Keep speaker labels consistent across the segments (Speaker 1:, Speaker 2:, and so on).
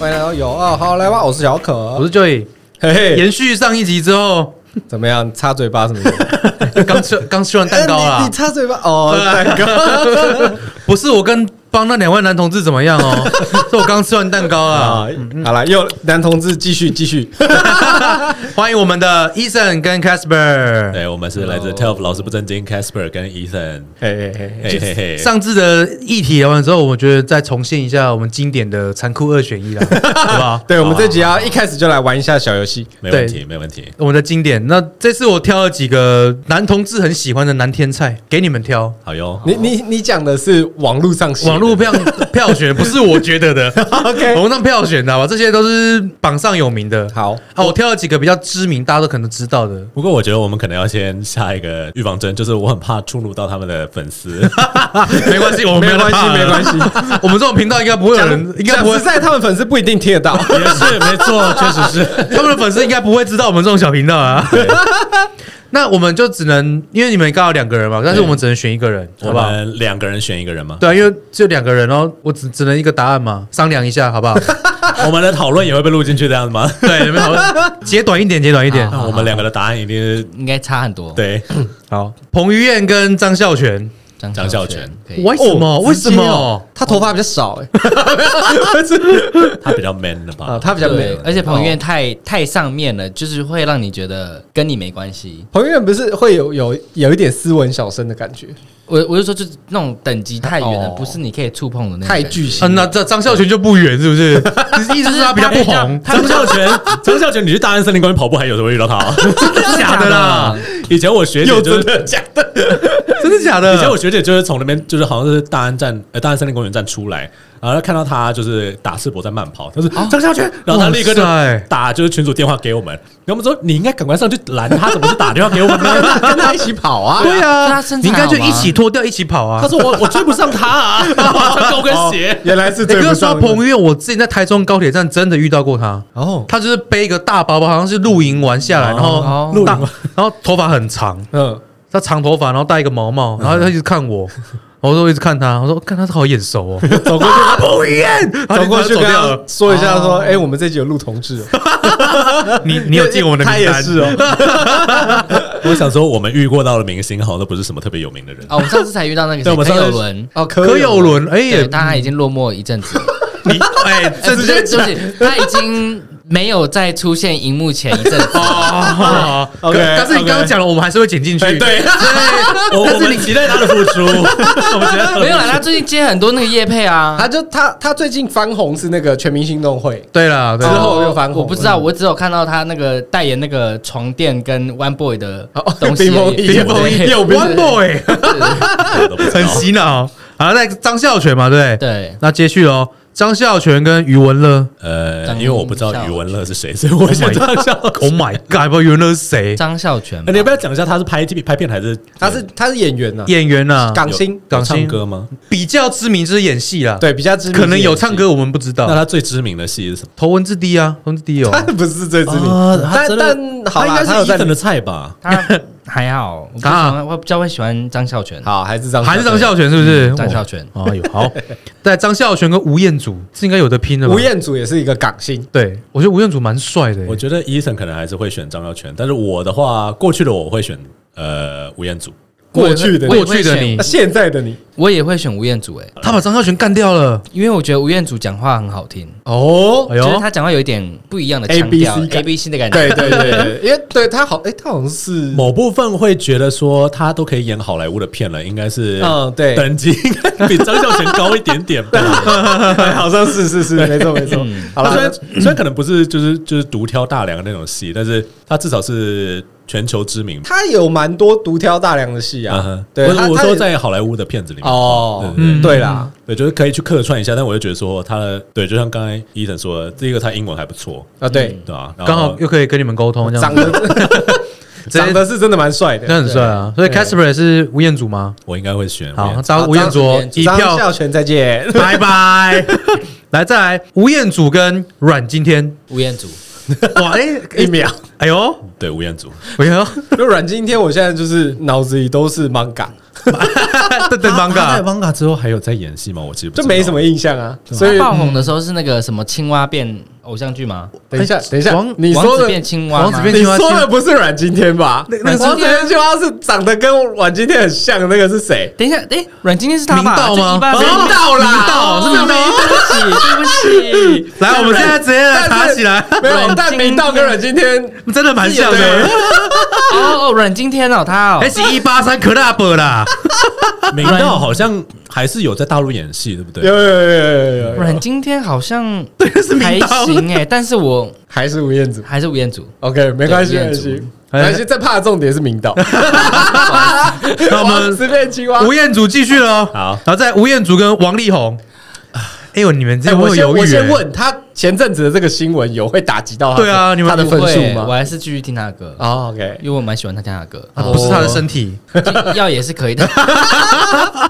Speaker 1: 聊有啊，好来吧，我是小
Speaker 2: 我
Speaker 1: 可，
Speaker 2: 是 Joy。
Speaker 1: 嘿嘿，
Speaker 2: 延续上一集之后，
Speaker 1: 怎么样？插嘴巴什么意思？
Speaker 2: 刚吃刚吃完 蛋糕
Speaker 1: 哎
Speaker 2: 啊
Speaker 1: 你
Speaker 2: 啦
Speaker 1: 你，插嘴巴哦，蛋糕，
Speaker 2: 不是我跟帮那两位男同志怎么样哦， 是我刚吃完蛋糕啦。
Speaker 1: 啊，好了，又男同志继续继 续，
Speaker 2: 欢迎我们的 Eason 跟 Casper。
Speaker 3: 对，哎我们是来自 Telf 老师不正经 Casper 跟 Ethan，
Speaker 1: 嘿嘿嘿，
Speaker 3: 嘿嘿嘿，
Speaker 2: 上次的议题聊完之后，我觉得再重现一下我们经典的残酷二 选一啦，好不好？
Speaker 1: 对我们这集啊，一开始就来玩一下小游戏，
Speaker 3: 没问题，没问题。
Speaker 2: 我们的经典。那这次我挑了几个男同志很喜欢的南天菜给你们挑，
Speaker 3: 好哟，
Speaker 1: 你你你讲的是网络上写的
Speaker 2: 哦网络票票选不是我觉得 的，
Speaker 1: ，OK，
Speaker 2: 网络上票选的好吧？这些都是榜上有名的。
Speaker 1: 好，
Speaker 2: 啊，我挑了几个比较知名，大家都可能知道的。
Speaker 3: 不过我觉得我们可能要先下一个预防针，就是我很怕触怒到他们的 粉丝。
Speaker 2: 没关系，我们
Speaker 1: 没
Speaker 2: 有
Speaker 1: 关系没关
Speaker 2: 系。
Speaker 1: 系，
Speaker 2: 我们这种频道应该不会有
Speaker 1: 讲
Speaker 2: 人，应该
Speaker 1: 讲
Speaker 2: 不会
Speaker 1: 实，在，他们粉丝不一定听得到，
Speaker 3: 也是，没错，确实是。
Speaker 2: 他们的粉丝应该不会知道我们这种小频道啊。 那我们就只能，因为你们刚好两个人嘛，但是我们只能选一个人，
Speaker 3: 我
Speaker 2: 好不好？
Speaker 3: 们两个人选一个人吗？
Speaker 2: 对啊，因为就两个人哦，我只只能一个答案嘛，商量一下， 好不好？
Speaker 3: 我们的讨论也会被录进去这样子吗？
Speaker 2: 对，你们 讨论，截短一点，截短一点。
Speaker 3: 那我们两个的答案一定是
Speaker 4: 应该差很多。，
Speaker 3: 对，
Speaker 2: 好，彭于晏跟张孝全，
Speaker 4: 张
Speaker 3: 张孝全
Speaker 4: 全可以。
Speaker 2: 为什么？
Speaker 1: 哦
Speaker 2: 为什
Speaker 1: 直接哦
Speaker 2: 么？
Speaker 1: 他头发比较少 哎，不 是
Speaker 3: 他比较 man 的
Speaker 1: 啊，
Speaker 3: 吧？
Speaker 1: 他比较哦美
Speaker 4: 对，，而且彭于晏太太上面了，就是会让你觉得跟你没关系。
Speaker 1: 彭于晏不是会有有有一点斯文小生的感觉，
Speaker 4: 我我就说，就是那种等级太远了，
Speaker 1: 哦
Speaker 4: 不是你可以触碰的那种
Speaker 1: 太
Speaker 4: 感觉。
Speaker 1: 巨
Speaker 2: 啊，
Speaker 1: 型。
Speaker 2: 那这张孝全就不远，是不 是？你是意思是他比较不红，
Speaker 3: 张孝全， 张孝全，你去大安森林公园跑步还有时候会遇到他哦。
Speaker 2: 真的假的啦？
Speaker 3: 以前我学姐就是
Speaker 1: 的假的？
Speaker 2: 真的假的？
Speaker 3: 以前我学姐就是从那边，就是好像是大安站，呃，大安森林公园站出来，然后看到他就是打世博在慢跑，他说张孝全，然后他立刻就
Speaker 2: 哇塞
Speaker 3: 打就是群主电话给我们，然后我们说你应该赶快上去拦他，怎么是打电话给我们呢？
Speaker 1: 跟他一起跑啊！
Speaker 2: 对
Speaker 4: 那
Speaker 2: 啊
Speaker 4: 他，身材
Speaker 2: 你应该就
Speaker 4: 好吗
Speaker 2: 一起脱掉一起跑啊
Speaker 3: 他。说我我追不上他啊， 我穿高跟鞋，
Speaker 1: 原来是
Speaker 2: 你
Speaker 1: 追
Speaker 2: 跟
Speaker 1: 不
Speaker 2: 我说
Speaker 1: 上
Speaker 2: 彭于晏，我之前在台中高铁站真的遇到过他，
Speaker 1: 哦，
Speaker 2: 他就是背一个大包包，好像是露营完下来，然后
Speaker 4: 哦
Speaker 2: 大然后头发很长，
Speaker 1: 嗯，
Speaker 2: 他长头发，然后戴一个毛帽，然后他一直看我，我就一直看他，我说看他好眼熟哦，
Speaker 1: 走过去，
Speaker 2: 彭于晏，然后
Speaker 1: 走
Speaker 2: 就
Speaker 1: 过去
Speaker 2: 啊走
Speaker 1: 跟
Speaker 2: 掉
Speaker 1: 他
Speaker 2: 了。
Speaker 1: 说一下，说，哎，我们这集有录同志哦，
Speaker 2: 你你有进我们的
Speaker 1: 他
Speaker 2: 名
Speaker 1: 也
Speaker 2: 单？
Speaker 1: 是哦，
Speaker 3: 我想说我们遇过到的明星好像都不是什么特别有名的人，
Speaker 4: 哦，我们上次才遇到那个
Speaker 3: 对我
Speaker 4: 谁
Speaker 3: 们
Speaker 4: 柯
Speaker 3: 上次
Speaker 4: 有伦，
Speaker 1: 哦，
Speaker 2: 柯有伦，哎
Speaker 4: 对，
Speaker 2: 也
Speaker 4: 但他已经落寞一阵子了。
Speaker 2: 你哎，
Speaker 4: 哎
Speaker 2: 这
Speaker 4: 不
Speaker 2: 直
Speaker 4: 是
Speaker 2: 接
Speaker 4: 对不起，他已经没有再出现荧幕前一阵 子。
Speaker 2: 哦
Speaker 1: OK，
Speaker 2: 但是你刚刚讲了，我们还是会剪进
Speaker 3: 哎
Speaker 2: 去。
Speaker 3: 对，我我们期待他的付出，我们期待他的付出
Speaker 4: 没有啦，他最近接很多那个叶配啊。
Speaker 1: 他就他他最近翻红是那个全明星运动会，
Speaker 2: 对啦，对
Speaker 1: 之
Speaker 2: 啦，
Speaker 1: 后又翻红
Speaker 4: 我不知道，我只有看到他那个代言那个床垫跟 One Boy 的
Speaker 1: 哦
Speaker 4: 东西
Speaker 1: 冰
Speaker 4: 而
Speaker 1: 封
Speaker 4: 已。
Speaker 1: 衣
Speaker 2: 别
Speaker 1: 冰
Speaker 2: 碰
Speaker 1: 封
Speaker 2: 一
Speaker 1: 衣
Speaker 2: 有
Speaker 1: 右边
Speaker 2: One Boy，
Speaker 3: 我都不知道
Speaker 2: 很洗脑。好，那张孝全嘛，对不对
Speaker 4: 对，
Speaker 2: 那接续哦，张孝全跟余文乐。
Speaker 3: 呃，因为我不知道余文乐是谁， 所以我想知道笑。
Speaker 2: Oh my god！不知道余文乐是谁？
Speaker 4: 张孝全吧
Speaker 3: 哎，你要不要讲一下他是拍拍片还是
Speaker 1: 他是他是演员呐，
Speaker 2: 演员啊，
Speaker 1: 港星，
Speaker 2: 港
Speaker 3: 唱
Speaker 2: 星
Speaker 3: 歌吗？
Speaker 2: 比较知名就是演戏啦，，
Speaker 1: 对，比较知名，
Speaker 2: 可能有唱，歌我们不知
Speaker 3: 那
Speaker 2: 道。
Speaker 3: 他最知名的戏是什么？
Speaker 2: 头文字 D 啊，头文字 D 有
Speaker 1: 他 不是最知
Speaker 3: 啊
Speaker 1: 名，
Speaker 3: 他
Speaker 1: 但
Speaker 3: 真的
Speaker 1: 哦但好
Speaker 3: 他应
Speaker 1: 啦，
Speaker 3: 该
Speaker 1: 他有
Speaker 3: 是伊
Speaker 1: 在
Speaker 3: 藤的菜吧？
Speaker 4: 他还好，我不喜欢，我比较会喜欢张孝全。
Speaker 1: 好，还是张
Speaker 2: 还是张孝全是不是？
Speaker 4: 张孝全
Speaker 2: 哦，哎呦好，对，张孝全跟吴彦祖是应该有的拼的吧？
Speaker 1: 吴彦祖也是一个港星，
Speaker 2: 对，我觉得吴彦祖蛮帅的耶。
Speaker 3: 我觉得伊森可能还是会选张耀全，但是我的话，过去的我会选呃吴彦祖。
Speaker 1: 过去的
Speaker 4: 我
Speaker 1: 你
Speaker 4: 也
Speaker 2: 过
Speaker 4: 会
Speaker 2: 去的你
Speaker 1: 那，现在的你
Speaker 4: 我也会选吴彦祖诶、
Speaker 2: 他把张孝全干掉了。
Speaker 4: 因为我觉得吴彦祖讲话很好听，
Speaker 1: 哦
Speaker 2: 哎
Speaker 4: 就是
Speaker 2: 呦，
Speaker 4: 他讲话有一点不一样的腔
Speaker 1: A
Speaker 4: 调
Speaker 1: B C 感
Speaker 4: ，A B C 的感觉。
Speaker 1: 对对对，对因为对他好，哎、他好像是，
Speaker 3: 某部分会觉得说他都可以演好莱坞的片了，应该是
Speaker 1: 嗯， 对，
Speaker 3: 等级应该比张孝全高一点点吧。
Speaker 1: 好像是是是，没错没错。好
Speaker 3: 他虽然
Speaker 1: 了，
Speaker 3: 虽然可能不是就是就是独挑大梁的那种戏，但是他至少是全球知名。
Speaker 1: 他有蛮多独挑大梁的戏
Speaker 3: 嗯
Speaker 1: 啊
Speaker 3: 哼，
Speaker 1: 对，
Speaker 3: 我
Speaker 1: 他
Speaker 3: 我
Speaker 1: 他
Speaker 3: 说
Speaker 1: 也
Speaker 3: 在好莱坞的片子里面，
Speaker 1: 哦，
Speaker 3: 对对对
Speaker 1: 对啦，
Speaker 3: 对，就是可以去客串一下，但我就觉得说他的对，就像刚才伊森说的，第一个他英文还不错，嗯
Speaker 1: 啊对，
Speaker 3: 对吧、然后
Speaker 2: 刚好又可以跟你们沟通，这样
Speaker 1: 长
Speaker 2: 子
Speaker 1: 得
Speaker 2: 接
Speaker 1: 长得是真的蛮帅
Speaker 2: 那
Speaker 1: 的。
Speaker 2: 很帅啊。所以 Casper 也是吴彦祖吗？
Speaker 3: 我应该会选吴
Speaker 2: 好，
Speaker 3: 彦祖
Speaker 2: 招
Speaker 1: 好
Speaker 2: 吴彦祖哦
Speaker 4: 张
Speaker 2: 一
Speaker 1: 张
Speaker 2: 票，
Speaker 1: 孝全再见，
Speaker 2: 拜拜。 来，再来，吴彦祖跟阮经天，
Speaker 4: 吴彦祖，
Speaker 2: 哇，哎，
Speaker 1: 一秒。
Speaker 2: 哎呦，
Speaker 3: 对吴彦祖，
Speaker 2: 哎呦，
Speaker 1: 就阮经天，我现在就是脑子里都是 manga，
Speaker 2: 对对，啊
Speaker 3: 他
Speaker 2: 尴
Speaker 3: 他
Speaker 2: 尬，
Speaker 3: 在 Manga 之后还有在演戏吗？我其实不
Speaker 1: 就
Speaker 3: 知道
Speaker 1: 没什么印象啊，所
Speaker 4: 他
Speaker 1: 以
Speaker 4: 爆红的时候是那个什么青蛙变偶像剧吗？
Speaker 1: 等一下，等一下
Speaker 2: 王，
Speaker 1: 你
Speaker 4: 王
Speaker 1: 说
Speaker 4: 子
Speaker 1: 的
Speaker 4: 变青蛙吗，
Speaker 2: 王子变
Speaker 1: 你说的不是阮经天吧？
Speaker 2: 那
Speaker 4: 那个是
Speaker 1: 王子变青蛙是长得跟阮经天很像的那个是谁？
Speaker 4: 等一下，哎，阮经天是他
Speaker 2: 明
Speaker 4: 吧？
Speaker 2: 道吗哦
Speaker 4: 这188
Speaker 1: 明道啦
Speaker 4: 明道哦是明道，对不起，对不起。
Speaker 2: 来，我们现在直接来查起来，
Speaker 1: 没有，
Speaker 4: 阮
Speaker 1: 但
Speaker 4: 经
Speaker 1: 明道跟阮经天
Speaker 2: 真的蛮像的。
Speaker 4: 哦哦，阮经天哦，他哦，
Speaker 2: H 一八三 Club 啦，
Speaker 3: 明道好像还是有在大陆演戏，对不
Speaker 1: 有
Speaker 3: 对？
Speaker 1: 有有有有有，
Speaker 4: 阮经天好像
Speaker 2: 对，是
Speaker 4: 还
Speaker 2: 明道。
Speaker 4: 行哎，但是我
Speaker 1: 还是吴彦祖。
Speaker 4: 还是吴彦祖。
Speaker 1: OK，没关系，
Speaker 4: 对
Speaker 1: 没
Speaker 4: 吴彦
Speaker 1: 关
Speaker 4: 祖
Speaker 1: 系，没关系。这怕的重点是明道，
Speaker 2: 那我
Speaker 1: 王
Speaker 2: 们
Speaker 1: 子变青蛙。
Speaker 2: 吴彦祖继续了哦，
Speaker 3: 好
Speaker 2: 然后在吴彦祖跟王力宏，哎呦，你们这
Speaker 1: 哎，我
Speaker 2: 会
Speaker 1: 先
Speaker 2: 犹豫？
Speaker 1: 我先，问他，前阵子的这个新闻有会打击到他的？
Speaker 2: 对啊你们
Speaker 1: 他的分
Speaker 4: 不
Speaker 1: 数
Speaker 4: 会我
Speaker 1: 吗？
Speaker 4: 还是继续听他的歌，
Speaker 1: 哦，OK，
Speaker 4: 因为我蛮喜欢他家 的歌，哦
Speaker 2: 啊不是他的身体，
Speaker 4: 要也是可以的。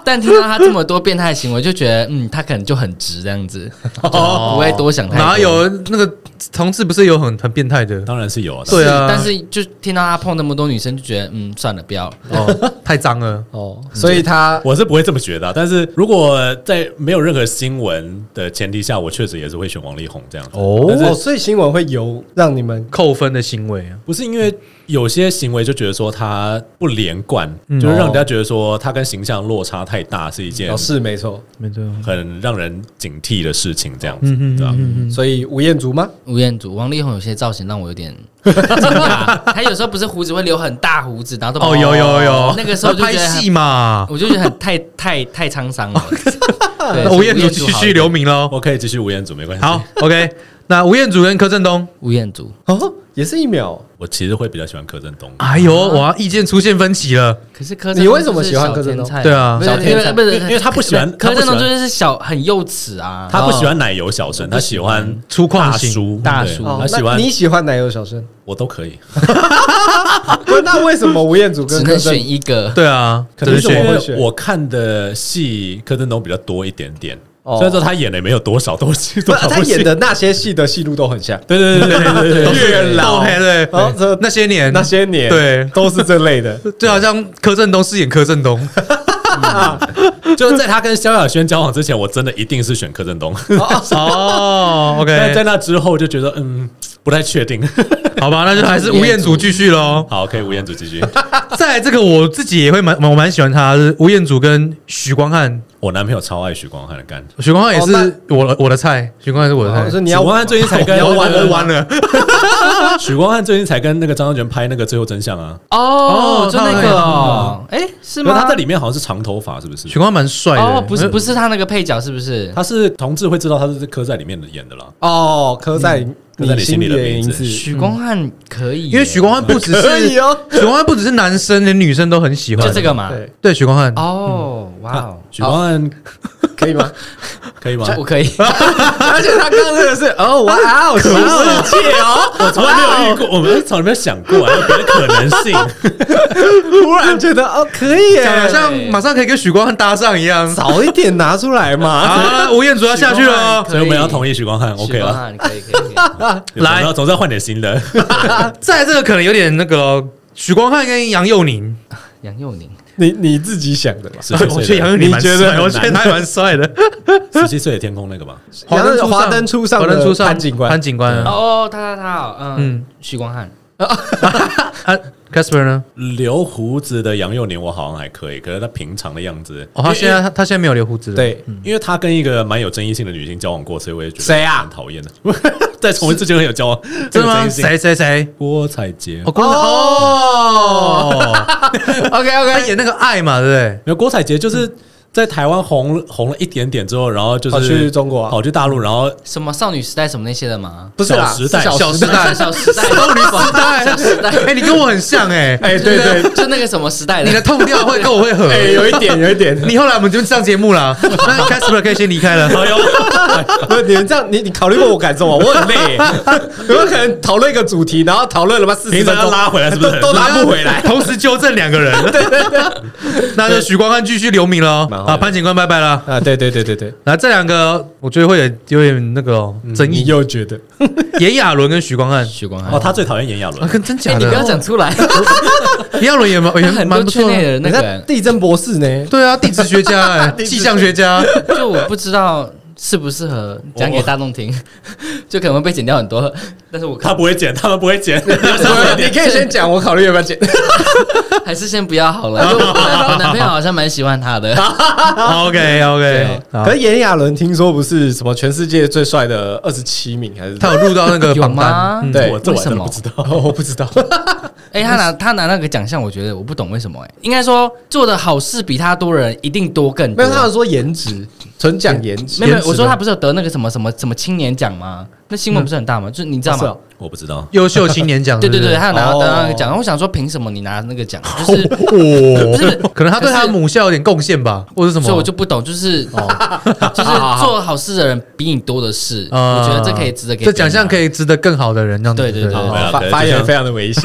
Speaker 4: 但听到他这么多变态行为，就觉得嗯，他可能就很直这样子，就
Speaker 2: 哦
Speaker 4: 不会多想太多。
Speaker 2: 哪有那个同志不是有很很变态的？
Speaker 3: 当然是有啊。
Speaker 2: 对啊，
Speaker 4: 但是就听到他碰那么多女生，就觉得嗯，算了，不要了。
Speaker 2: 哦，太脏了。
Speaker 1: 哦，所以他
Speaker 3: 我是不会这么觉得啊、但是如果在没有任何新闻的前提下，我确实也是会选王力宏这样子。但
Speaker 1: 哦，
Speaker 3: 是
Speaker 1: 所以新闻会有让你们
Speaker 2: 扣分的行为啊，
Speaker 3: 不是因为有些行为就觉得说他不连贯，
Speaker 2: 嗯
Speaker 3: 就是让人家觉得说他跟形象落差太大，是一件
Speaker 1: 哦是没错，
Speaker 2: 没错。
Speaker 3: 很让人警惕的事情，这样
Speaker 1: 嗯
Speaker 3: 子，对吧？
Speaker 1: 所以吴彦祖吗？
Speaker 4: 吴彦祖、王力宏有些造型让我有点惊讶， 他有时候不是胡子会留很大胡子，然后都
Speaker 2: 哦，有有有，
Speaker 4: 那个时候就
Speaker 2: 他
Speaker 4: 觉
Speaker 2: 拍
Speaker 4: 得
Speaker 2: 戏
Speaker 4: 很，
Speaker 2: 嘛，
Speaker 4: 我就觉得很太太太沧 桑了。对
Speaker 2: 那
Speaker 4: 所以
Speaker 2: 吴彦祖继
Speaker 4: 好
Speaker 2: 续
Speaker 4: 一点
Speaker 2: 留名喽。
Speaker 3: 我可以继续吴彦祖，没关系。
Speaker 2: 好，，OK，那吴彦祖跟柯震东，
Speaker 4: 吴彦祖，
Speaker 1: 哦，也是一秒。
Speaker 3: 我其实会比较喜欢柯震东，
Speaker 2: 哎呦，哇，意见出现分歧了。
Speaker 4: 可是柯震东
Speaker 1: 你为什么喜欢柯震东
Speaker 4: 就是小天才
Speaker 2: 对啊
Speaker 4: 不
Speaker 1: 小
Speaker 4: 是
Speaker 1: 天
Speaker 4: 因为
Speaker 1: 才
Speaker 4: 不是
Speaker 3: 因为因为他不喜欢他不
Speaker 4: 柯震
Speaker 3: 喜欢
Speaker 4: 东就是小很幼齿啊，
Speaker 3: 他不喜欢奶油小生，他喜欢
Speaker 2: 粗犷
Speaker 3: 大
Speaker 2: 型
Speaker 3: 叔，
Speaker 4: 大
Speaker 3: 对
Speaker 4: 叔
Speaker 1: 哦
Speaker 3: 他喜
Speaker 1: 那
Speaker 3: 欢
Speaker 1: 你喜欢哪一个小生？
Speaker 3: 我都可以。
Speaker 1: 不是啊那为什么吴彦祖
Speaker 4: 只
Speaker 1: 跟柯
Speaker 4: 能
Speaker 1: 震
Speaker 4: 选一个。
Speaker 2: 对啊，
Speaker 3: 可
Speaker 2: 只
Speaker 3: 能
Speaker 2: 能
Speaker 3: 是
Speaker 1: 我
Speaker 2: 选
Speaker 1: 会
Speaker 3: 因
Speaker 1: 选
Speaker 3: 为我看的戏柯震东比较多一点点，
Speaker 1: 哦
Speaker 3: 虽然说他演的没有多少东西，多
Speaker 1: 不
Speaker 3: 少
Speaker 1: 他
Speaker 3: 部戏
Speaker 1: 演的那些戏的戏路都很像，
Speaker 3: 对对对对对对
Speaker 2: 都
Speaker 3: 对，
Speaker 2: 是
Speaker 1: 月老
Speaker 2: 都黑对
Speaker 1: 哦这
Speaker 2: 那些年
Speaker 1: 那些年
Speaker 2: 嗯对
Speaker 1: 都是这类的。
Speaker 2: 就好像柯震东饰演柯震东，
Speaker 3: 就是在他跟萧亚轩交往之前，我真的一定是选柯震东，
Speaker 2: 哦
Speaker 3: 但 在
Speaker 2: ，OK，
Speaker 3: 那之后就觉得嗯不太确定。
Speaker 2: 好吧，那就还是 吴彦祖继续喽。
Speaker 3: 好，可以吴彦祖继续。
Speaker 2: 再来这个我自己也会蛮我蛮喜欢他，是吴彦祖跟许光汉，
Speaker 3: 我男朋友超爱许光汉的干，
Speaker 2: 许光汉也
Speaker 1: 哦
Speaker 2: 是我的我的菜，许光汉是我的
Speaker 1: 哦 所
Speaker 2: 菜。
Speaker 1: 以你
Speaker 3: 许
Speaker 1: 要
Speaker 3: 光汉最近才跟
Speaker 2: 我完
Speaker 3: 那
Speaker 2: 了
Speaker 3: 个
Speaker 2: 完了，
Speaker 3: 许光汉最近才跟那个张孝全拍那个《最后真 相》啊，
Speaker 4: 哦
Speaker 2: 哦，
Speaker 4: 就那个哦，哎，是
Speaker 3: 因
Speaker 4: 吗？
Speaker 3: 为他在里面好像是长头发，是不是
Speaker 2: 许？光汉蛮帅的，
Speaker 4: 哦，不是不是他那个配角是不是？
Speaker 3: 他是同志会知道他是柯在里面的演的啦。
Speaker 1: 哦，刻在
Speaker 3: 刻在你心里的
Speaker 1: 名
Speaker 3: 名字
Speaker 4: 许光汉可以耶，
Speaker 2: 因为许光汉不只
Speaker 1: 可以
Speaker 2: 是
Speaker 1: 哦。
Speaker 2: 许光汉不只是男生，连女生都很喜欢。
Speaker 4: 就这个嘛。
Speaker 1: 对，
Speaker 2: 对许光汉，
Speaker 4: 哦，哇
Speaker 3: 啊
Speaker 4: 哦，
Speaker 3: 许光汉
Speaker 1: 可以吗？
Speaker 3: 可 以吗？
Speaker 4: 我可以，
Speaker 1: 而且他刚刚那个是哦，哇哦，可世界哦，
Speaker 3: 我从来没有遇过，我们从来没有想过还有别的可能性。
Speaker 1: 突然觉得哦，可以耶，
Speaker 2: 好像马上可以跟许光汉搭上一样。
Speaker 1: 早一点拿出来嘛。
Speaker 2: 啊，吴彦祖要下去了哦。
Speaker 4: 可以
Speaker 3: 所以我们要同意许光汉，OK
Speaker 4: 许光
Speaker 3: 了。
Speaker 4: 汉可以可以 可以。
Speaker 2: 来
Speaker 3: 总是要换点新的。
Speaker 2: 再来这个可能有点那个咯许光汉跟杨佑宁，
Speaker 4: 杨佑宁，
Speaker 1: 你你自己想的吧。
Speaker 3: 十七
Speaker 2: 我觉得
Speaker 3: 岁
Speaker 2: 杨
Speaker 3: 的，
Speaker 2: 佑宁
Speaker 1: 你
Speaker 2: 蛮
Speaker 1: 觉得
Speaker 2: 帅，
Speaker 1: 很
Speaker 2: 我觉得他还蛮 帅的。
Speaker 3: 十七岁的天空那个吧，
Speaker 1: 华灯初上
Speaker 2: 华华灯初上，
Speaker 1: 潘警官
Speaker 2: 潘警官啊，
Speaker 4: 哦，他他他哦，
Speaker 2: 嗯
Speaker 4: 嗯，许光汉，
Speaker 2: 啊，Casper 呢？
Speaker 3: 留胡子的杨佑宁我好像还可以，可是他平常的样子，
Speaker 2: 哦，他现在他他现在没有留胡子了。，
Speaker 1: 对，
Speaker 3: 因为因为他跟一个蛮有争议性的女性交往过，所以我也觉得
Speaker 1: 谁啊
Speaker 3: 蛮讨厌的。 再重温之前很有交往，
Speaker 2: 真的
Speaker 3: 很有争
Speaker 2: 吗？
Speaker 3: 议性
Speaker 2: 谁谁谁？
Speaker 3: 郭采洁
Speaker 2: 哦，。光哦
Speaker 1: ，OK
Speaker 2: 他
Speaker 1: OK，
Speaker 2: 演那个爱嘛，对不对？
Speaker 3: 没有郭采洁就是在台湾红红了一点点之后，然后就
Speaker 1: 跑
Speaker 3: 是
Speaker 1: 去中国啊
Speaker 3: 跑去大陆，然后
Speaker 4: 什么少女时代什么那些的吗？
Speaker 1: 不是啦，
Speaker 3: 小时代
Speaker 1: 是
Speaker 2: 小
Speaker 1: 时
Speaker 2: 时代
Speaker 4: 小时代，
Speaker 2: 少女时代，
Speaker 4: 小时代，
Speaker 2: 哎，你跟我很像哎，
Speaker 1: 哎，对对，
Speaker 4: 就那个什么时代
Speaker 2: 你的
Speaker 4: 的，
Speaker 2: 痛调会跟我会合。
Speaker 1: 哎，有一点，有一点。
Speaker 2: 你后来我们就上节目了，那 Casper 可以先离开了。
Speaker 3: 哎
Speaker 1: 不是你们这样，你你考虑过我感受吗？我很累，有没有可能讨论一个主题，然后讨论了吧四十
Speaker 3: 平
Speaker 1: 分
Speaker 3: 常要
Speaker 1: 钟，
Speaker 3: 拉回来是不是很
Speaker 1: 都都拉不回来？
Speaker 2: 同时纠正两个人。对对对，那就许光汉继续留名了
Speaker 1: 蛮好
Speaker 2: 哦
Speaker 1: 的
Speaker 2: 啊，潘警官拜拜了。
Speaker 1: 啊，对对对对对，
Speaker 2: 来，这两个我觉得会有有点那个哦争
Speaker 1: 你
Speaker 2: 议，
Speaker 1: 又觉得
Speaker 2: 炎亚纶跟许光汉
Speaker 4: 许光汉
Speaker 3: 哦，。他最讨厌炎亚
Speaker 2: 啊，
Speaker 3: 纶，
Speaker 2: 跟真
Speaker 4: 哎，
Speaker 2: 假
Speaker 4: 你
Speaker 2: 的
Speaker 4: 不要讲出来，
Speaker 2: 炎亚纶也蛮也
Speaker 4: 很
Speaker 2: 蛮
Speaker 4: 多
Speaker 2: 不
Speaker 4: 圈
Speaker 2: 错
Speaker 4: 内
Speaker 2: 的。
Speaker 4: 的那
Speaker 1: 人家
Speaker 4: 个，
Speaker 1: 地震博士呢？
Speaker 2: 对啊，地质学家哎，
Speaker 1: 质
Speaker 2: 气象学家，
Speaker 4: 就我不知道适不适合讲给大众听，就可能会被剪掉很多。但是我
Speaker 3: 他
Speaker 4: 看
Speaker 3: 不会剪，他们不会剪。
Speaker 1: 你可以先讲，我考虑要不要剪。
Speaker 4: 还是先不要好了。因为我男我男朋友好像蛮喜欢他的，
Speaker 2: OK
Speaker 1: 对
Speaker 2: OK，，
Speaker 1: 可是炎亚纶听说不是什么全世界最帅的二十七名还是？
Speaker 2: 他有录到那个
Speaker 4: 有
Speaker 2: 榜单，
Speaker 4: 吗？
Speaker 1: 对
Speaker 3: 我这
Speaker 4: 为
Speaker 3: 我还
Speaker 4: 什
Speaker 3: 真的
Speaker 4: 么
Speaker 3: 不？知道，我不知道。
Speaker 4: 哎、他拿他拿那个奖项，我觉得我不懂为什么、哎，应该说做的好事比他多人一定多更
Speaker 1: 没
Speaker 4: 多。
Speaker 1: 有，他有说颜值，纯讲颜值。
Speaker 4: 没有
Speaker 1: 颜
Speaker 4: 没有，
Speaker 1: 值
Speaker 4: 我说
Speaker 1: 的
Speaker 4: 他不是有得那个什么什么什么青年奖吗？那新闻不是很大吗？就是你知道
Speaker 1: 哦是
Speaker 4: 吗
Speaker 1: 哦？
Speaker 3: 我不知道，
Speaker 2: 优秀青年奖，
Speaker 4: 对对
Speaker 2: 是不
Speaker 4: 对，
Speaker 2: 是
Speaker 4: 他有拿到
Speaker 1: 哦
Speaker 4: 得到那个奖，我想说凭什么你拿那个奖？就是不是
Speaker 2: 哦，可能他对他母校有点贡献吧，或者什么，
Speaker 4: 所以我就不懂，就是 就是做好事的人比你多的是，
Speaker 2: 呃
Speaker 4: 我觉得这可以值得给
Speaker 2: 这奖项可
Speaker 4: 以。
Speaker 2: 以值得更好的人，这样子
Speaker 4: 对对对
Speaker 1: 哦
Speaker 4: 对
Speaker 3: 对啊
Speaker 1: 发
Speaker 3: 对
Speaker 1: 发
Speaker 3: 就
Speaker 1: 言
Speaker 3: 像
Speaker 1: 非常的危险。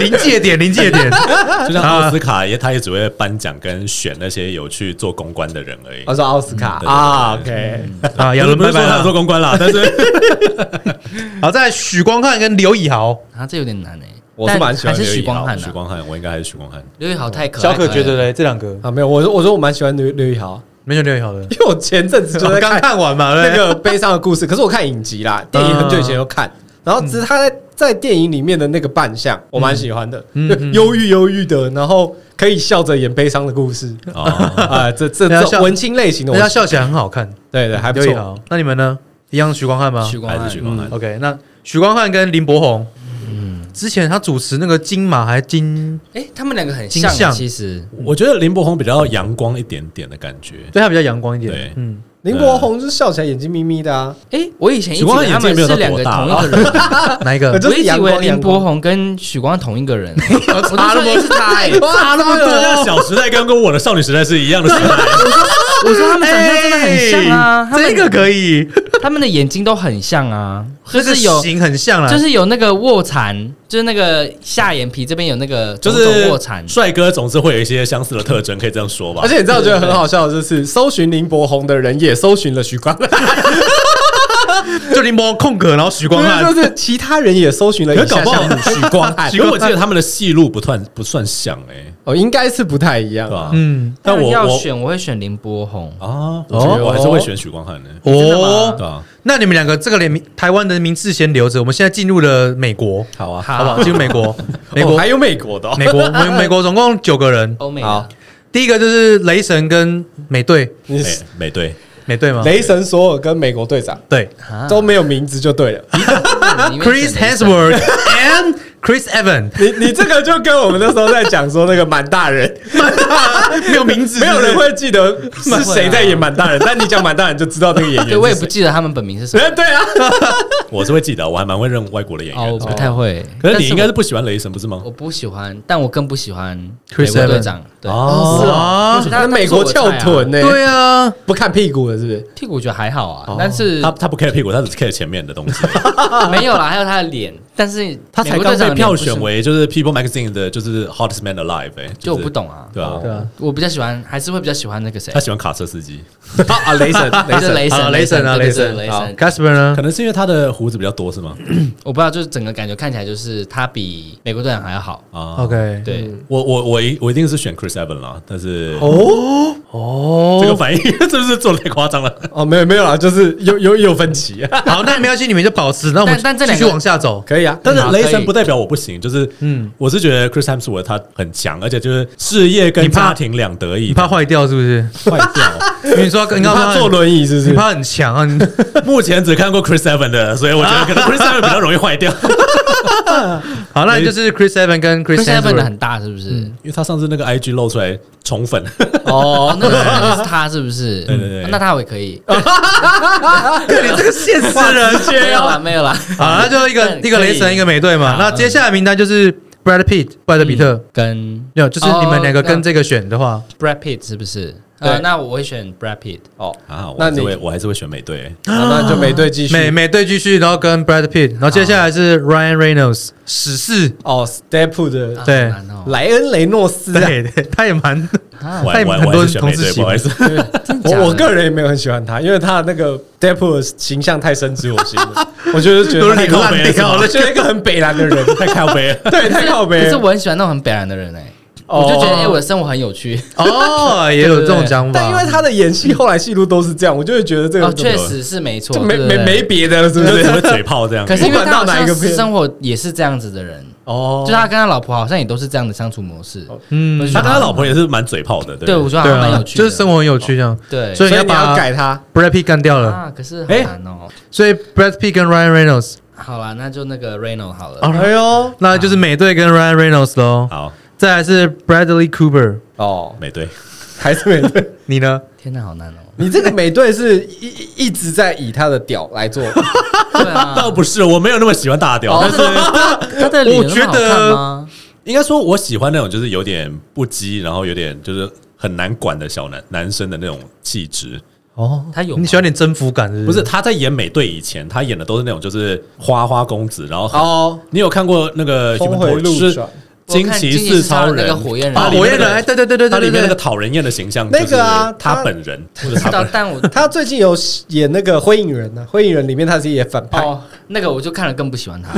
Speaker 2: 临界点，临界点，
Speaker 3: 就像奥斯卡也，他也只会颁奖跟选那些有去做公关的人而已。
Speaker 1: 我说奥斯卡
Speaker 3: 嗯对
Speaker 1: 啊
Speaker 3: 对
Speaker 1: ，OK，
Speaker 2: 啊，亚
Speaker 3: 有
Speaker 2: 伦
Speaker 3: 人不
Speaker 2: 拜
Speaker 3: 是说
Speaker 2: 拜
Speaker 3: 他有做
Speaker 2: 了。
Speaker 3: 公 关啦，但是
Speaker 2: 好，在许光汉跟刘以豪，
Speaker 4: 啊，这有点难哎，
Speaker 1: 我是蛮喜欢
Speaker 4: 但还是许
Speaker 1: 刘宇
Speaker 4: 光汉
Speaker 3: 许
Speaker 4: 啊，
Speaker 3: 光汉，我应该还是许光 汉。
Speaker 4: 刘宇豪太可爱。
Speaker 2: 小可觉得
Speaker 4: 可爱了
Speaker 2: 嘞，这两个
Speaker 1: 啊，没有，我说我说我蛮喜欢刘刘宇豪，
Speaker 2: 没有刘以豪的，
Speaker 1: 因为我前阵 子就 在
Speaker 2: 我刚
Speaker 1: 看
Speaker 2: 看完嘛，对
Speaker 1: 那
Speaker 2: 不对
Speaker 1: 个悲伤的故事，可是我看影集啦，电影很久以前就看，然后只是他在在电影里面的那个扮相，我蛮喜欢的，
Speaker 2: 嗯
Speaker 1: 就
Speaker 2: 嗯
Speaker 1: 忧郁忧郁的，然后可以笑着演悲伤的故 事
Speaker 3: 哦，
Speaker 1: 啊，这这
Speaker 2: 人家
Speaker 1: 这
Speaker 2: 笑
Speaker 1: 种文青类型的，
Speaker 2: 人家
Speaker 1: 我
Speaker 2: 笑起来很好看，
Speaker 1: 对对还不
Speaker 2: 刘以
Speaker 1: 错，
Speaker 2: 豪。那你们呢？一样许光汉吗
Speaker 4: 许光
Speaker 3: 还
Speaker 4: 汉
Speaker 3: 是许光
Speaker 1: 嗯
Speaker 3: 汉。
Speaker 2: ？OK，那许光汉跟林柏宏，嗯，之前他主持那个金马还金，
Speaker 4: 哎，他们两个很
Speaker 2: 金像
Speaker 4: 像，其实
Speaker 3: 我觉得林柏宏比较阳光一点点的感觉，
Speaker 2: 对他比较阳光一点
Speaker 3: 对，
Speaker 2: 嗯，
Speaker 1: 林柏宏就是笑起来眼睛眯眯的啊，
Speaker 4: 哎，我以前一直以
Speaker 3: 许光
Speaker 4: 为
Speaker 3: 汉
Speaker 4: 他
Speaker 3: 眼睛
Speaker 4: 们
Speaker 3: 没有
Speaker 4: 是
Speaker 3: 到
Speaker 4: 两
Speaker 3: 多
Speaker 4: 个
Speaker 3: 大
Speaker 4: 同
Speaker 3: 啊
Speaker 4: 一个人，
Speaker 2: 哪一个
Speaker 1: 就
Speaker 4: 我
Speaker 1: 是
Speaker 4: 一直
Speaker 1: 阳
Speaker 4: 以
Speaker 1: 光
Speaker 4: 为林
Speaker 1: 阳
Speaker 4: 柏
Speaker 1: 光
Speaker 4: 宏跟许光汉同一个人，我怎么说一是他哎？
Speaker 1: 哇， 那么
Speaker 3: 大家啊小时代跟跟我的少女时代是一样的时 代。
Speaker 4: 我说他们长相真的很像啊，
Speaker 2: 哎
Speaker 4: 他们
Speaker 2: 这个可以，
Speaker 4: 他们的眼睛都很像啊，就
Speaker 2: 这个啊
Speaker 4: 是有
Speaker 2: 型很像啦，
Speaker 4: 就是有那个卧蚕，就是那个下眼皮这边有那个
Speaker 3: 就
Speaker 4: 种种
Speaker 3: 是
Speaker 4: 卧蚕，
Speaker 3: 帅哥总是会有一些相似的特征，可以这样说吧
Speaker 1: 而。且你知道，我觉得很好笑的就是，搜寻林柏宏的人也搜寻了许光汉，
Speaker 2: 就林柏宏空格，然后许光啊
Speaker 4: 啊
Speaker 2: 汉
Speaker 1: 因为 就是其他人也搜寻了
Speaker 3: 可
Speaker 1: 一
Speaker 3: 是搞
Speaker 1: 下
Speaker 3: 不好
Speaker 1: 项目许光汉
Speaker 3: 其，实我记得他们的戏路不算不算像哎，
Speaker 1: 哦，应该是不太一样
Speaker 3: 对。吧？
Speaker 2: 嗯，
Speaker 3: 但我
Speaker 4: 要
Speaker 3: 我
Speaker 4: 选我会选林柏宏，
Speaker 3: 啊，我觉得我还是会选许光汉的。对啊
Speaker 2: 哦，
Speaker 3: 吧？
Speaker 2: 那你们两个这个连名台湾的名字先留着，我们现在进入了美国，
Speaker 3: 好啊，
Speaker 4: 哦
Speaker 2: 好不好？进入美 国，美
Speaker 1: 哦
Speaker 2: 国
Speaker 1: 还，有美国的哦，
Speaker 2: 美 国，我们美国总共九个人，
Speaker 4: 欧美
Speaker 1: 好
Speaker 4: 的
Speaker 2: 第一个就是雷神跟美队，
Speaker 1: 你
Speaker 3: 美哎美队，
Speaker 2: 美队吗？
Speaker 1: 雷神索尔跟美国队长
Speaker 2: 对
Speaker 4: 啊
Speaker 1: 都没有名字就对了。
Speaker 4: 你里面
Speaker 2: ，Chris
Speaker 4: 选雷神
Speaker 2: Hemsworth and Chris Evans，
Speaker 1: 你你这个就跟我们那时候在讲说那个满大人，
Speaker 2: 没有名字，
Speaker 1: 没 有人
Speaker 2: 是
Speaker 1: 会啊记得是谁在演满大人，但你讲满大人就知道那个演员是谁。
Speaker 4: 对，我也不记得他们本名是什么，
Speaker 1: 哎 对啊，
Speaker 3: 我是会记得，我还蛮会认外国的演员。
Speaker 4: 哦，我不太会。
Speaker 3: 哎可是
Speaker 4: 但
Speaker 3: 你应该是不喜欢雷神不是吗
Speaker 4: 我？不喜欢，但我更不喜欢
Speaker 2: Chris
Speaker 4: 美国队长，对，
Speaker 2: 不
Speaker 3: 哦
Speaker 2: 是啊，
Speaker 4: 他
Speaker 1: 那美国翘臀，欸呢？
Speaker 2: 对啊，
Speaker 1: 不看屁股了是不是？
Speaker 4: 屁股我觉得还好啊，但是
Speaker 3: 哦他他不 care 屁股，他只 care 前面的东西。
Speaker 4: 没有啦，还有他的脸，但是
Speaker 3: 他
Speaker 4: 美
Speaker 3: 才
Speaker 4: 国队
Speaker 3: 刚
Speaker 4: 长
Speaker 3: 被
Speaker 4: 的脸
Speaker 3: 票
Speaker 4: 不是
Speaker 3: 选，为就是 People Magazine 的就是 Hottest Man Alive，哎，
Speaker 4: 就我不
Speaker 3: 是，
Speaker 4: 懂啊，
Speaker 3: 对啊
Speaker 2: 对，啊，
Speaker 4: 我比较喜欢，还是会比较喜欢那个谁
Speaker 3: 他，喜欢卡车司机，
Speaker 1: 啊啊，雷神，雷
Speaker 4: 就是
Speaker 1: 神，
Speaker 4: 雷
Speaker 2: 啊
Speaker 4: 神，
Speaker 2: 雷神啊，
Speaker 4: 对
Speaker 2: 雷
Speaker 4: 对对
Speaker 2: 神，
Speaker 4: 雷
Speaker 2: 好
Speaker 4: 神，
Speaker 2: ，Gasper 呢
Speaker 3: 可？能是因为他的胡子比较多是吗？
Speaker 4: 我不知道，就是整个感觉看起来就是他比美国队长还要好。
Speaker 3: 啊
Speaker 2: OK，
Speaker 4: 对，
Speaker 3: 我我我一我一定是选 Chris Evans 啦，但是
Speaker 2: 哦哦
Speaker 3: 这个反应是不是做的太夸张了？
Speaker 1: 哦，没有没有啦，就是有有有分歧，
Speaker 2: 好，那没关系，你们就保持，那我们
Speaker 4: 但但这
Speaker 2: 继
Speaker 4: 两
Speaker 2: 续
Speaker 4: 个
Speaker 2: 往下走。
Speaker 1: 可以啊。
Speaker 3: 但是
Speaker 4: 好
Speaker 3: 雷
Speaker 4: 可
Speaker 3: 神
Speaker 4: 以
Speaker 3: 不代表我不行，就是嗯，我是觉得 Chris Hemsworth 他很强，而且就是事业
Speaker 2: 你
Speaker 3: 跟
Speaker 2: 怕
Speaker 3: 家庭两得意
Speaker 2: 你，怕坏掉是不是？
Speaker 3: 坏 掉。
Speaker 2: 因为你说刚
Speaker 1: 你
Speaker 2: 刚
Speaker 1: 怕坐轮椅是不
Speaker 2: 你
Speaker 1: 是？
Speaker 2: 怕很强啊，你
Speaker 3: 目前只看过 Chris Evans 的，所以我觉得可 能 Chris Evans 比较容易坏掉，
Speaker 2: 好，那就是 Chris Evans 跟 Chris
Speaker 4: Chris Evans 的
Speaker 2: Evans
Speaker 4: 很大是不是？
Speaker 3: 因为他上次那个 IG 露出来宠 粉，
Speaker 4: 哦， 那个可能是他是不是？啊
Speaker 3: 对对对哦
Speaker 4: 那他我也可以。
Speaker 2: 啊你这个现实人
Speaker 4: 没有啦，没有啦。
Speaker 2: 好，那就一个
Speaker 4: 嗯
Speaker 2: 一个雷神，
Speaker 4: 可以
Speaker 2: 一个美队嘛。
Speaker 4: 好
Speaker 2: 那接下来名单就是 Brad Pitt、布莱德比特，
Speaker 4: 跟
Speaker 2: 没有，就是你们两个
Speaker 4: 哦
Speaker 2: 跟这个选的话，
Speaker 4: Brad Pitt 是不是？
Speaker 1: 对
Speaker 4: 呃，那我会选 Brad Pitt。
Speaker 1: 哦，
Speaker 3: 啊，我
Speaker 1: 那
Speaker 3: 还是
Speaker 1: 你
Speaker 3: 会我还是会选美队。
Speaker 1: 那就美队继续。
Speaker 2: 美美队继续，然后跟 Brad Pitt，然后接下来是 Ryan Reynolds，史四，
Speaker 1: 哦，Step 的
Speaker 4: 啊
Speaker 2: 对
Speaker 4: 好难哦
Speaker 1: 莱恩雷诺斯 啊，
Speaker 2: 对，对他也蛮
Speaker 4: 啊
Speaker 3: 我
Speaker 2: 太
Speaker 3: 还我还
Speaker 2: 很
Speaker 3: 我
Speaker 2: 多
Speaker 3: 还是选
Speaker 2: 同
Speaker 3: 美
Speaker 2: 志
Speaker 3: 队，
Speaker 2: 喜
Speaker 3: 不好意思。
Speaker 4: 假的
Speaker 1: 我我个人也没有很喜欢他，因为他的那个 Deadpool 的形象太深植我心了，我觉得觉
Speaker 2: 都
Speaker 1: 得
Speaker 2: 是
Speaker 1: 太
Speaker 2: 脸
Speaker 1: 靠北
Speaker 2: 烂掉
Speaker 1: 了，
Speaker 2: 了
Speaker 1: 我觉得一个很北蓝的人，
Speaker 3: 太靠背了。
Speaker 1: 对，太靠
Speaker 4: 可
Speaker 1: 北
Speaker 4: 是
Speaker 1: 了。
Speaker 4: 我很喜欢那种很北然的人哎，
Speaker 1: 哦
Speaker 4: 我就觉得哎、我的生活很有趣。
Speaker 2: 哦，也有这种想法，
Speaker 1: 但因为他的演戏后来戏路都是这样，我就会觉得这个
Speaker 4: 哦，确实是没错，
Speaker 1: 就没
Speaker 4: 对
Speaker 1: 没
Speaker 4: 对
Speaker 1: 没别的了，是不
Speaker 3: 就是
Speaker 1: 是？
Speaker 3: 会嘴炮这样。
Speaker 4: 可是因为
Speaker 1: 不管
Speaker 4: 他
Speaker 1: 到
Speaker 4: 好
Speaker 1: 哪一
Speaker 4: 像
Speaker 1: 个片
Speaker 4: 生活也是这样子的人，
Speaker 1: 哦
Speaker 4: 就他跟他老婆好像也都是这样的相处模式。
Speaker 2: 嗯
Speaker 4: 我就觉
Speaker 3: 他
Speaker 4: 得
Speaker 3: 跟他老婆也是蛮嘴炮的，
Speaker 4: 对，我
Speaker 3: 对。
Speaker 4: 觉得
Speaker 2: 对
Speaker 4: 还蛮
Speaker 2: 啊
Speaker 4: 有，趣的，
Speaker 2: 就是生活很有趣这样。
Speaker 4: 对，
Speaker 2: 所
Speaker 1: 所
Speaker 2: 以
Speaker 1: 以
Speaker 2: 你
Speaker 1: 你
Speaker 2: 要把
Speaker 1: 要改他。
Speaker 2: Brad Pitt 干掉了，
Speaker 4: 啊，可是很难哦。
Speaker 2: 所以 Brad Pitt 跟 Ryan Reynolds，
Speaker 4: 好啦，那就那个 Reno 好了。
Speaker 2: 哦
Speaker 1: 哎呦，
Speaker 2: 那就是美队跟 Ryan Reynolds 喽。
Speaker 3: 好，
Speaker 2: 再来是 Bradley Cooper，
Speaker 1: 哦，
Speaker 3: 美队，
Speaker 1: 还是美队。
Speaker 2: 你呢？
Speaker 4: 天哪，好 难哦。
Speaker 1: 你这个美队是一一一直在以他的屌来 做，
Speaker 4: 对啊，
Speaker 3: 倒不是，我没有那么喜欢大屌，但是
Speaker 4: 他的脸
Speaker 2: 我觉
Speaker 4: 那么好看吗？
Speaker 3: 应该说我喜欢那种就是有点不羁，然后有点就是很难管的小男男生的那种气质。
Speaker 2: 哦，
Speaker 4: 他有吗
Speaker 2: 你喜欢点征服感是
Speaker 3: 不
Speaker 2: 不
Speaker 3: 是
Speaker 2: 是？
Speaker 3: 他在演美队以前，他演的都是那种就是花花公子，然后很
Speaker 1: 哦，
Speaker 3: 你有看过那个
Speaker 1: 峰回路
Speaker 2: 呃
Speaker 3: 就是
Speaker 1: 转
Speaker 3: 惊奇四超人
Speaker 4: 我看惊奇四超人那个火焰人
Speaker 3: 它
Speaker 2: 啊，
Speaker 3: 里面
Speaker 2: 火焰人，
Speaker 3: 那个
Speaker 2: 哎，对对对对
Speaker 3: 它
Speaker 2: 对
Speaker 3: 里
Speaker 2: 对
Speaker 3: 面那个
Speaker 2: 对，
Speaker 3: 讨人厌的形象，
Speaker 1: 那个啊
Speaker 3: 就是他
Speaker 1: 他
Speaker 3: 本人或
Speaker 4: 不
Speaker 3: 者他
Speaker 4: 知道
Speaker 3: 本，人，
Speaker 4: 但我
Speaker 1: 他最近有演那个《灰影人》呢，《灰影人》里面他是演反派，
Speaker 4: 哦，那个我就看了更不喜欢他。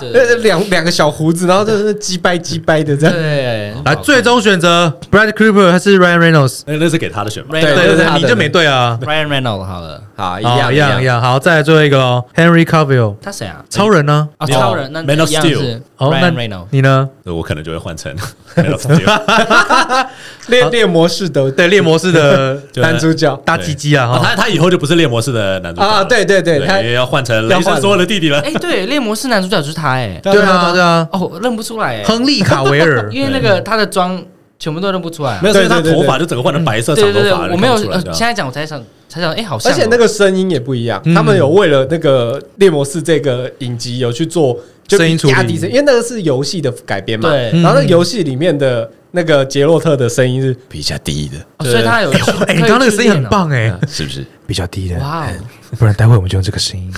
Speaker 4: 对对
Speaker 1: 呃，两两个小胡子，然后就是鸡掰鸡掰的这样。
Speaker 4: 对
Speaker 2: 来最终选择 Brad Cooper 还是 Ryan Reynolds？
Speaker 3: 那那是给他的选吧？
Speaker 4: 对
Speaker 1: 对
Speaker 2: 对对
Speaker 1: 他的
Speaker 2: 对，你就美队啊，
Speaker 4: ，Ryan Reynolds 好了，
Speaker 1: 好，一
Speaker 2: 好
Speaker 1: 样
Speaker 2: 一样一。样。好，再来最后一个哦，Henry Cavill，
Speaker 4: 他谁啊？
Speaker 2: 超人呢？
Speaker 4: 啊，
Speaker 3: 没有
Speaker 4: 超人那
Speaker 3: Man of
Speaker 4: 一样
Speaker 3: Steel
Speaker 4: 是
Speaker 2: 哦，那
Speaker 4: Ryan Reynolds。
Speaker 2: 你呢？
Speaker 3: 那我可能就会换成 Man of Steel
Speaker 1: 猎猎魔式的
Speaker 2: 对，猎魔士 的
Speaker 3: 就
Speaker 1: 男主角
Speaker 2: 大鸡鸡啊，
Speaker 3: 啊
Speaker 2: 哈，
Speaker 3: 他他以后就不是猎魔士的男主角了
Speaker 1: 啊，对对对，
Speaker 3: 对，
Speaker 1: 他
Speaker 3: 因为要换成
Speaker 1: 要
Speaker 3: 雷
Speaker 1: 换
Speaker 3: 神
Speaker 1: 了
Speaker 3: 所有的弟弟了。
Speaker 4: 哎，对，猎魔士男主角就是他哎。
Speaker 2: 对啊对啊，
Speaker 4: 哦，我认不出来哎，
Speaker 2: 亨利卡维 尔
Speaker 4: 因为那个他的妆全部都认不出来啊。
Speaker 3: 没有，所以他
Speaker 1: 对对对
Speaker 3: 头发就整个换成白色长
Speaker 4: 对
Speaker 3: 头
Speaker 4: 对对，
Speaker 3: 发，
Speaker 4: 我没有
Speaker 3: 看不出来
Speaker 4: 呃
Speaker 3: 的
Speaker 4: 现在讲我才想才想，哎，好像
Speaker 1: 而
Speaker 4: 哦。
Speaker 1: 且那个声音也不一样，
Speaker 2: 嗯
Speaker 1: 他们有为了那个《猎魔士》这个影集有去做就
Speaker 2: 声音处理嗯
Speaker 1: 压低声，因为那个是游戏的改编嘛。
Speaker 4: 对
Speaker 1: 然后那个游戏里面的那个杰洛特的声音是比较低的，
Speaker 4: 哦所以他有去，
Speaker 2: 哎，你刚刚那个声音很棒哎，
Speaker 3: 是不是？
Speaker 2: 比较低
Speaker 4: 可以去练
Speaker 2: 的
Speaker 4: 哦，哇哦！
Speaker 2: 不然待会我们就用这个声 音。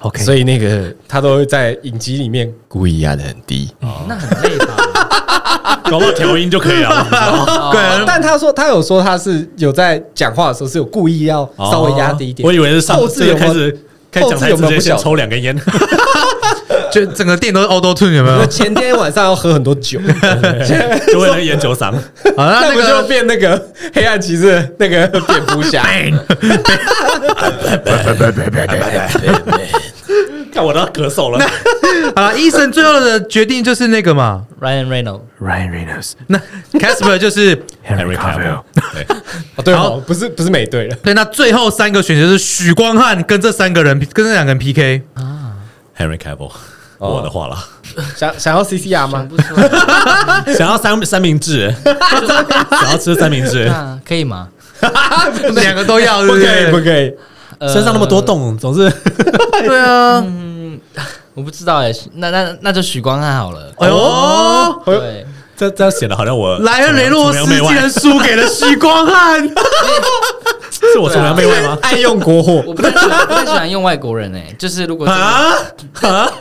Speaker 2: OK，
Speaker 1: 所以那个他都会在影集里面故意压的很低。
Speaker 2: 嗯
Speaker 4: 哦那很累吧？
Speaker 3: 搞不好调音就可以了我不知道。
Speaker 1: 哦但他说他有说他是有在讲话的时候是有故意要稍微压低一点。
Speaker 3: 哦我以为是上
Speaker 1: 后置有
Speaker 3: 就
Speaker 1: 没
Speaker 3: 开
Speaker 1: 有
Speaker 3: 始开始讲
Speaker 1: 后置
Speaker 3: 台
Speaker 1: 有
Speaker 3: 之
Speaker 1: 没有
Speaker 3: 前
Speaker 1: 不
Speaker 3: 先
Speaker 1: 小
Speaker 3: 抽两根烟，
Speaker 2: 就整个店都是 Auto Tune 有没有
Speaker 1: 我？前天晚上要喝很多 酒，
Speaker 3: 就为了研究嗓。
Speaker 2: 好，那
Speaker 1: 那
Speaker 2: 那
Speaker 1: 不就
Speaker 2: 个
Speaker 1: 变那个黑暗骑士那个蝙蝠 侠？
Speaker 3: 看我都要咳嗽 了。
Speaker 2: 啊，医生最后的决定就是那个嘛
Speaker 4: Ryan Reynolds，
Speaker 2: ，Ryan Reynolds，那 Casper 就是
Speaker 3: Henry Cavill，对
Speaker 1: 哦，对
Speaker 2: 好
Speaker 1: 哦，不是不是美队了，
Speaker 2: 对，那最后三个选择是许光汉跟这三个人，跟这两个人 PK。
Speaker 3: ，Henry Cavill，我的话了，
Speaker 1: 想想要 CCR 吗
Speaker 4: 想？不出来，
Speaker 3: 想要三三明治，想要吃三明治，
Speaker 4: 那可以吗？
Speaker 2: 两个都要，
Speaker 1: 不可以，
Speaker 2: 对
Speaker 1: 不
Speaker 2: 对
Speaker 1: 可以。
Speaker 4: 呃
Speaker 3: 身上那么多，洞，总是
Speaker 2: 对啊，
Speaker 4: 我不知道哎，那那那就许光汉好了。
Speaker 2: 哎呦，
Speaker 1: 哎呦
Speaker 4: 对，
Speaker 3: 这这样显得好 像我
Speaker 2: 莱恩雷洛斯
Speaker 3: 崇洋
Speaker 2: 竟
Speaker 3: 媚外
Speaker 2: 然输给了许光 汉，
Speaker 3: 是我崇洋媚外吗？
Speaker 1: 爱用国货，
Speaker 4: 我不太喜欢，不太喜欢用外国人哎，就是如果真的
Speaker 2: 啊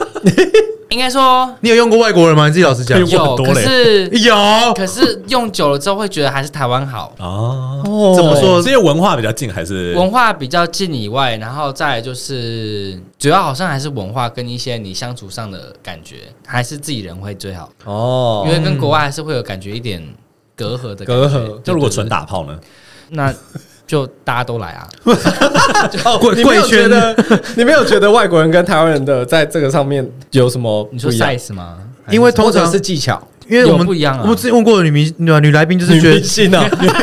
Speaker 4: 应该说
Speaker 2: 你有用过外国人吗？你自己老实讲，
Speaker 3: 哎用
Speaker 4: 有，
Speaker 3: 很多
Speaker 4: 可
Speaker 3: 嘞
Speaker 4: 是
Speaker 2: 有。
Speaker 4: 可是用久了之后会觉得还是台湾好，
Speaker 3: 哦，
Speaker 2: 怎么
Speaker 3: 说
Speaker 2: 说
Speaker 3: 这？些文化比较近还是
Speaker 4: 文化比较近以外，然后再来就是主要好像还是文化跟一些你相处上的感觉，还是自己人会最好，
Speaker 1: 哦
Speaker 4: 因为跟国外还是会有感觉一点隔阂的感觉
Speaker 1: 隔阂
Speaker 3: 就如果纯，打炮呢？
Speaker 4: 对对对那就大家都来啊，
Speaker 2: 贵
Speaker 1: 你没有
Speaker 2: 贵
Speaker 1: 觉
Speaker 2: 圈
Speaker 1: 得，你没有觉得外国人跟台湾人的在这个上面有什么不
Speaker 4: 你说
Speaker 1: 一样？
Speaker 4: size 吗？
Speaker 2: 因为通
Speaker 1: 或者
Speaker 2: 常
Speaker 1: 是技巧，
Speaker 2: 因为我
Speaker 4: 有
Speaker 2: 们
Speaker 4: 不一样啊
Speaker 2: 我们之前问过的女明女女来宾，就是觉得
Speaker 1: 星啊！哎呦，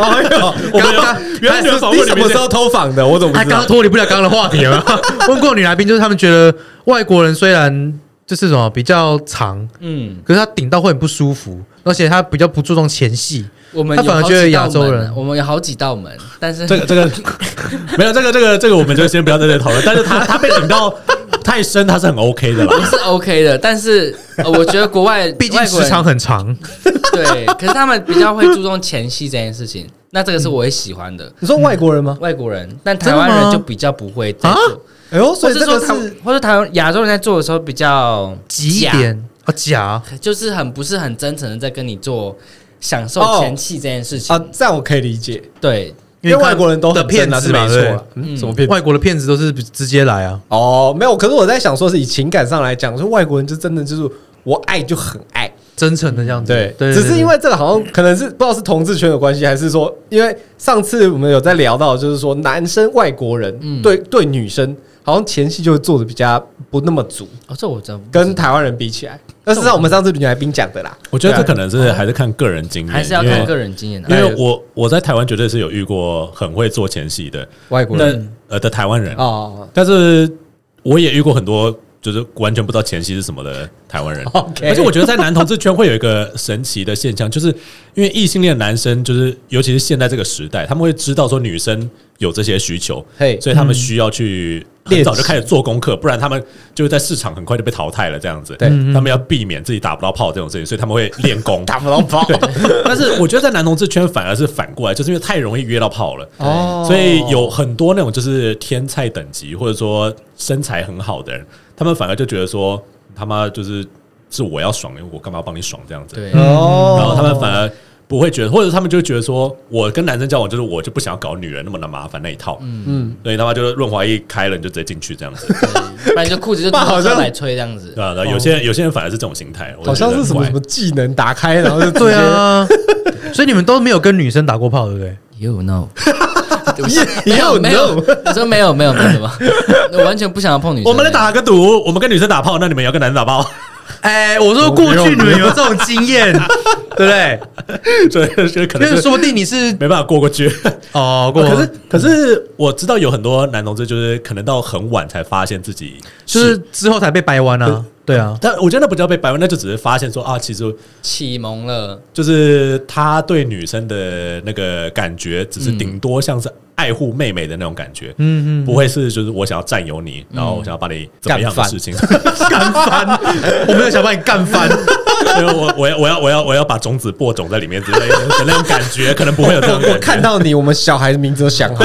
Speaker 3: 我们有
Speaker 2: 刚
Speaker 3: 原来没有访
Speaker 1: 你
Speaker 3: 问
Speaker 1: 什
Speaker 3: 你
Speaker 1: 么
Speaker 3: 们
Speaker 1: 时候偷访的？我怎么
Speaker 2: 他
Speaker 1: 不知
Speaker 2: 啊刚
Speaker 1: 道
Speaker 2: 刚？脱离不了刚刚的话题 了。问过女来宾，就是他们觉得外国人虽然就是什么比较长，
Speaker 4: 嗯，
Speaker 2: 可是他顶到会很不舒服，而且他比较不注重前戏。
Speaker 4: 我们
Speaker 2: 他反而
Speaker 4: 有好
Speaker 2: 觉得
Speaker 4: 几道
Speaker 2: 亚洲
Speaker 4: 门啊
Speaker 2: 人
Speaker 4: 我们有好几道门，但 是
Speaker 3: 这个这个没有这个这个这个，我们就先不要在这里讨论。但是他他被顶到太深，他是很 OK 的啦。
Speaker 4: 是 OK 的，但是、呃我觉得国外
Speaker 2: 毕竟
Speaker 4: 外国
Speaker 2: 时
Speaker 4: 人
Speaker 2: 长很长，
Speaker 4: 对，可是他们比较会注重前戏这件事情，那这个是我也喜欢的。
Speaker 1: 你说外国人吗？
Speaker 4: 外国人，但台湾
Speaker 2: 真的吗
Speaker 4: 人就比较不会在
Speaker 2: 啊
Speaker 4: 做，
Speaker 1: 哎呦，所
Speaker 4: 或
Speaker 1: 以
Speaker 4: 者
Speaker 1: 这
Speaker 4: 说
Speaker 1: 个
Speaker 4: 台
Speaker 1: 是
Speaker 4: 或者台湾亚洲人在做的时候比较
Speaker 2: 挤一
Speaker 4: 假，
Speaker 2: 点啊假，
Speaker 4: 就是很不是很真诚的在跟你做享受
Speaker 1: 哦
Speaker 4: 前戏这件事情。
Speaker 1: 啊，这样我可以理解，
Speaker 4: 对，
Speaker 1: 因为外国人都
Speaker 2: 的
Speaker 1: 很
Speaker 2: 骗
Speaker 1: 真啊
Speaker 2: 子
Speaker 1: 是没
Speaker 2: 嘛，
Speaker 1: 错
Speaker 2: 对
Speaker 1: 啦。嗯，
Speaker 4: 嗯
Speaker 1: 什么骗子？
Speaker 2: 外国的骗子都是直接来啊，
Speaker 1: 哦，没有。可是我在想，说是以情感上来讲，说外国人就真的就是我爱就很爱，
Speaker 2: 真诚的这样子。
Speaker 1: 对，
Speaker 2: 对，
Speaker 1: 只是因
Speaker 2: 为
Speaker 1: 为这个好像可能是不知道是同志圈的关系，还是说，因为上次我们有在聊到，就是说男生外国人
Speaker 4: 嗯
Speaker 1: 对、对女生好像前戏就做的比较不那么足，
Speaker 4: 哦，这我真
Speaker 1: 跟台湾人比起来，那是让我们上次女来宾讲的啦。
Speaker 3: 我觉得这可
Speaker 1: 能
Speaker 3: 能是还是看个人经验，
Speaker 4: 还是要看个
Speaker 3: 人。
Speaker 4: 人经验啊的
Speaker 3: 因。为我我在台湾绝对是有遇过很会做前戏的，
Speaker 1: 外国人
Speaker 3: 但呃的台湾人，
Speaker 1: 哦
Speaker 3: 但是我也遇过很多就是完全不知道前戏是什么的台湾人。
Speaker 1: ，OK，
Speaker 3: 而且我觉得在男同志圈会有一个神奇的现象，就是因为异性恋男生，就是尤其是现在这个时代，他们会知道说女生有这些需求，
Speaker 1: 嘿
Speaker 3: 所以他们需要去
Speaker 1: 猎
Speaker 3: 很早就
Speaker 1: 奇
Speaker 3: 开始做功课，不然他们就是在市场很快就被淘汰了这样子。
Speaker 1: 对嗯
Speaker 3: 他们要避免自己打不到炮这种事情，所以他们会练 功。
Speaker 1: 打不到炮，
Speaker 3: 但是我觉得在男同志圈反而是反过来，就是因为太容易约到炮了。
Speaker 1: 哦
Speaker 3: 所以有很多那种就是天菜等级或者说身材很好的人，他们反而就觉得说他妈就是是我要爽，我干嘛要帮你爽这样子？
Speaker 4: 对，
Speaker 1: 哦
Speaker 3: 然后他们反而不会觉得，或者他们就觉得说我跟男生交往就是我就不想要搞女人那么的麻烦那一套，
Speaker 1: 嗯，
Speaker 3: 所以他妈就是润滑液开了你就直接进去这 样子，
Speaker 4: 不然就裤 子就脱
Speaker 1: 爸好像
Speaker 4: 下来吹这样子
Speaker 3: 对。吧、然后有些人有些人反而是这种心态，我就
Speaker 1: 好像
Speaker 3: 觉得
Speaker 1: 是什么
Speaker 3: 很
Speaker 1: 什
Speaker 3: 怪
Speaker 1: 么技能打开，然后就直接
Speaker 2: 对，啊， 所以你们都没有跟女生打过炮，对不对？
Speaker 4: You know，
Speaker 1: 你
Speaker 4: 没有
Speaker 1: 有
Speaker 4: 没有，我说没有没有没 有什么，我完全不想要碰女生。
Speaker 3: 我们来打个赌，我们跟女生打炮，那你们也要跟男生打炮，
Speaker 2: 哎，我说过去你们有这种经验，对不 对？
Speaker 3: 所以所以可能
Speaker 2: 那
Speaker 3: 是
Speaker 2: 说不定你是
Speaker 3: 没办法过过去。
Speaker 2: 哦，过
Speaker 3: 可是可是我知道有很多男同志就是可能到很晚才发现自己
Speaker 2: 就是，之后才被掰弯啊，对啊，
Speaker 3: 但我觉得那不叫被掰弯，那就只是发现说啊，其实
Speaker 4: 启蒙了，
Speaker 3: 就是他对女生的那个感觉，只是顶多像是爱护妹妹的那种感觉，
Speaker 2: 嗯嗯，
Speaker 3: 不会是就是我想要占有你，然后我想要把你 怎么样的
Speaker 1: 干翻
Speaker 3: 事情。
Speaker 2: 干翻，我没有想把你干翻，
Speaker 3: 因为我我要我要我要我要把种子播种在里面之类的的那种感觉，可能不会有这种
Speaker 1: 我 我
Speaker 3: 感觉。
Speaker 1: 看到你，我们小孩的名字都想好，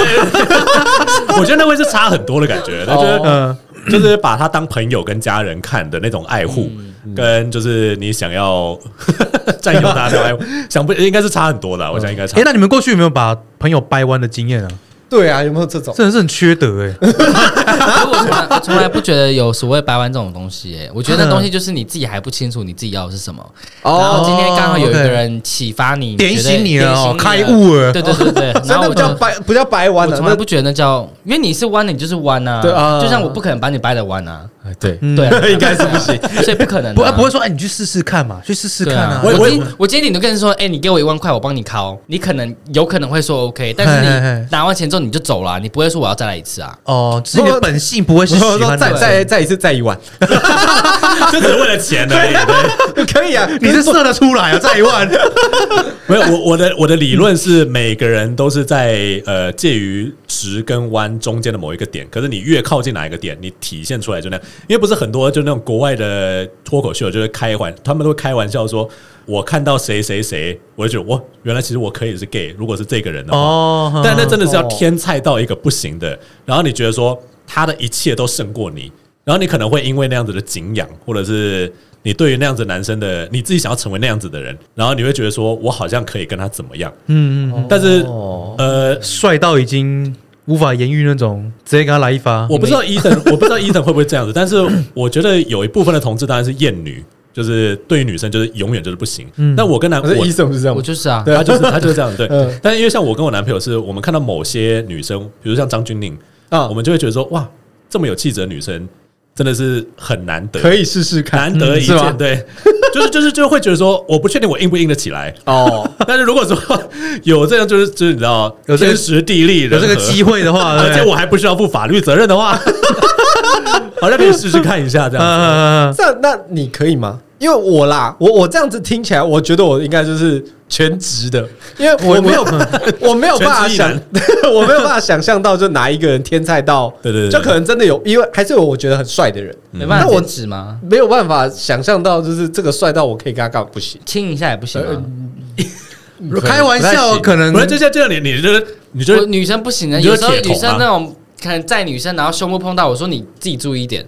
Speaker 3: 我觉得那会是差很多的感觉，他觉得
Speaker 2: 嗯，
Speaker 3: 就是把他当朋友跟家人看的那种爱护，跟就是你想要 占有他的爱护，想不应该是差很多的啊，我想应该差
Speaker 2: 哎，。那你们过去有没有把朋友掰弯的经验啊？
Speaker 1: 对啊，有没有这种？
Speaker 2: 真的是很缺德哎，
Speaker 4: 可是我从来我从来不觉得有所谓白玩这种东西、欸，我觉得那东西就是你自己还不清楚你自己要的是什么。
Speaker 1: 哦
Speaker 4: 然后今天刚好有一个
Speaker 2: OK
Speaker 4: 人启发你，
Speaker 2: 点
Speaker 4: 觉得
Speaker 2: 醒你了哦
Speaker 4: 点醒
Speaker 2: 开悟了
Speaker 4: 对对对 对，
Speaker 1: 所以
Speaker 4: 然
Speaker 1: 那
Speaker 4: 后我
Speaker 1: 不
Speaker 4: 就
Speaker 1: 叫白，不叫白玩
Speaker 4: 我
Speaker 1: 的，
Speaker 4: 从来
Speaker 1: 那
Speaker 4: 不觉得那叫，因为你是弯的，你就是弯啊。
Speaker 1: 对啊
Speaker 4: 就像我不可能把你掰的弯啊，
Speaker 1: 哎对
Speaker 2: 嗯
Speaker 4: 对啊，
Speaker 1: 应该是不行，
Speaker 4: 所以不可能啊、
Speaker 2: 不不会说哎，你去试试看嘛，去试试
Speaker 4: 对
Speaker 2: 看
Speaker 4: 啊
Speaker 2: 啊，，
Speaker 4: 我
Speaker 3: 我
Speaker 4: 我
Speaker 3: 我
Speaker 4: 今 我今天顶多跟人说，哎、你给我一万块，我帮你掏。你可能有可能会说 OK，但
Speaker 2: 嘿嘿
Speaker 4: 是
Speaker 2: 嘿
Speaker 4: 你拿完钱之后你就走了，你不会说我要再来一次啊。
Speaker 2: 哦，是你的本性不会
Speaker 1: 我
Speaker 2: 是喜
Speaker 1: 说
Speaker 2: 欢
Speaker 1: 再
Speaker 2: 的，
Speaker 1: 再再一次再一晚，
Speaker 3: 就只是为了钱而已。对
Speaker 1: 可以啊，
Speaker 2: 你是射得出来 啊，再一万，
Speaker 3: 没有，我我的我的理论是每个人都是在呃介于直跟弯中间的某一个点，可是你越靠近哪一个点，你体现出来就那样。因为不是很多就那种国外的脱口秀，就是开玩，他们都会开玩笑说，我看到谁谁谁，我就觉得哇，原来其实我可以是 gay，如果是这个人的话。
Speaker 1: 嗯
Speaker 2: 哦
Speaker 3: 但那真的是要天菜到一个不行的，然后你觉得说他的一切都胜过你，然后你可能会因为那样子的敬仰，或者是你对于那样子男生的你自己想要成为那样子的人，然后你会觉得说我好像可以跟他怎么样，
Speaker 2: 嗯嗯，
Speaker 3: 但是
Speaker 1: 哦
Speaker 3: 呃。
Speaker 2: 帅到已经无法言喻那种，直接给他来一发，
Speaker 3: 我不知道伊藤，我不知道伊藤会不会这样子，但是我觉得有一部分的同志当然是厌女，就是对于女生就是永远就是不行。
Speaker 2: 嗯
Speaker 3: 但我跟男
Speaker 1: 可是
Speaker 3: 我
Speaker 1: 医生不是这样
Speaker 4: 我，就是啊，
Speaker 1: 对
Speaker 3: 他就是他就是这 样对
Speaker 1: 嗯。
Speaker 3: 但是因为像我跟我男朋友是，我们看到某些女生，比如像张钧甯，
Speaker 1: 啊
Speaker 3: 我，们就会觉得说，哇，这么有气质的女生真的是很难得，
Speaker 1: 可以试试看，
Speaker 3: 难得一
Speaker 2: 嗯
Speaker 1: 是
Speaker 3: 见，
Speaker 1: 吗？
Speaker 3: 对，就是就是就会觉得说，我不确定我硬不硬得起来，
Speaker 1: 哦，
Speaker 3: 但是如果说有这样，就是就是你知道，
Speaker 2: 有这个
Speaker 3: 天时地利，
Speaker 2: 有这个
Speaker 3: 人和
Speaker 2: 机，会的话，
Speaker 3: 而
Speaker 2: 对
Speaker 3: 且
Speaker 2: 不对
Speaker 3: 我还不需要负法律责任的 话，好像可以试试看一下这样子。
Speaker 2: 嗯嗯嗯嗯
Speaker 1: 这那你可以吗？因为我啦，我我这样子听起来，我觉得我应该就是全职的，因为我没有我 没有办法
Speaker 3: 全职一
Speaker 1: 想
Speaker 3: 男，
Speaker 1: 我没有办法想象到就哪一个人天才到，
Speaker 3: 对对对
Speaker 1: 就可能真的有，因为还是有我觉得很帅的人，
Speaker 4: 没办法
Speaker 1: 那我
Speaker 4: 坚持吗？
Speaker 1: 没有办法想象到就是这个帅到我可以跟他干不行。
Speaker 4: 亲一下也不行啊吗？
Speaker 2: 嗯开玩笑，可能嗯
Speaker 3: 不是，就像这样，你你就是你
Speaker 4: 我
Speaker 3: 就
Speaker 4: 女生不行的，
Speaker 3: 你就
Speaker 4: 有
Speaker 3: 是
Speaker 4: 时候
Speaker 3: 铁桶
Speaker 4: 女
Speaker 3: 啊
Speaker 4: 生那种可能载女生，然后胸部碰到，我说你自己注意一点。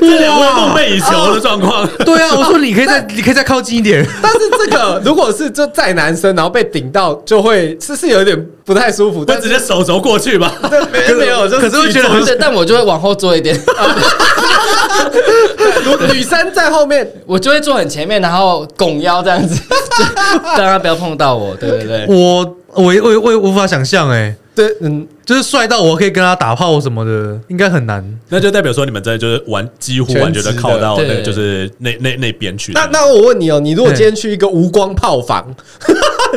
Speaker 3: 这两位梦寐以求的状况，
Speaker 2: 对啊，我说你可以再，你可以再靠近一点。
Speaker 1: 但是这个如果是就在男生，然后被顶到，就会是是有一点不太舒服，
Speaker 3: 会
Speaker 1: 但
Speaker 3: 直
Speaker 1: 是
Speaker 3: 接手肘过去吧？
Speaker 1: 没没有，就是
Speaker 2: 可是会觉得很
Speaker 4: 对，但我就会往后坐一点，
Speaker 1: 如女生在后面，
Speaker 4: 我就会坐很前面，然后拱腰这样子，就 让他不要碰到我。对对对，
Speaker 2: 我我我我也无法想象哎、
Speaker 1: 对，嗯，
Speaker 2: 就是帅到我可以跟他打炮什么的，应该很难。
Speaker 3: 那就代表说你们在就是完几乎完全的靠到那个就是那那那边去。
Speaker 1: 那那我问你哦，你如果今天去一个无光炮房，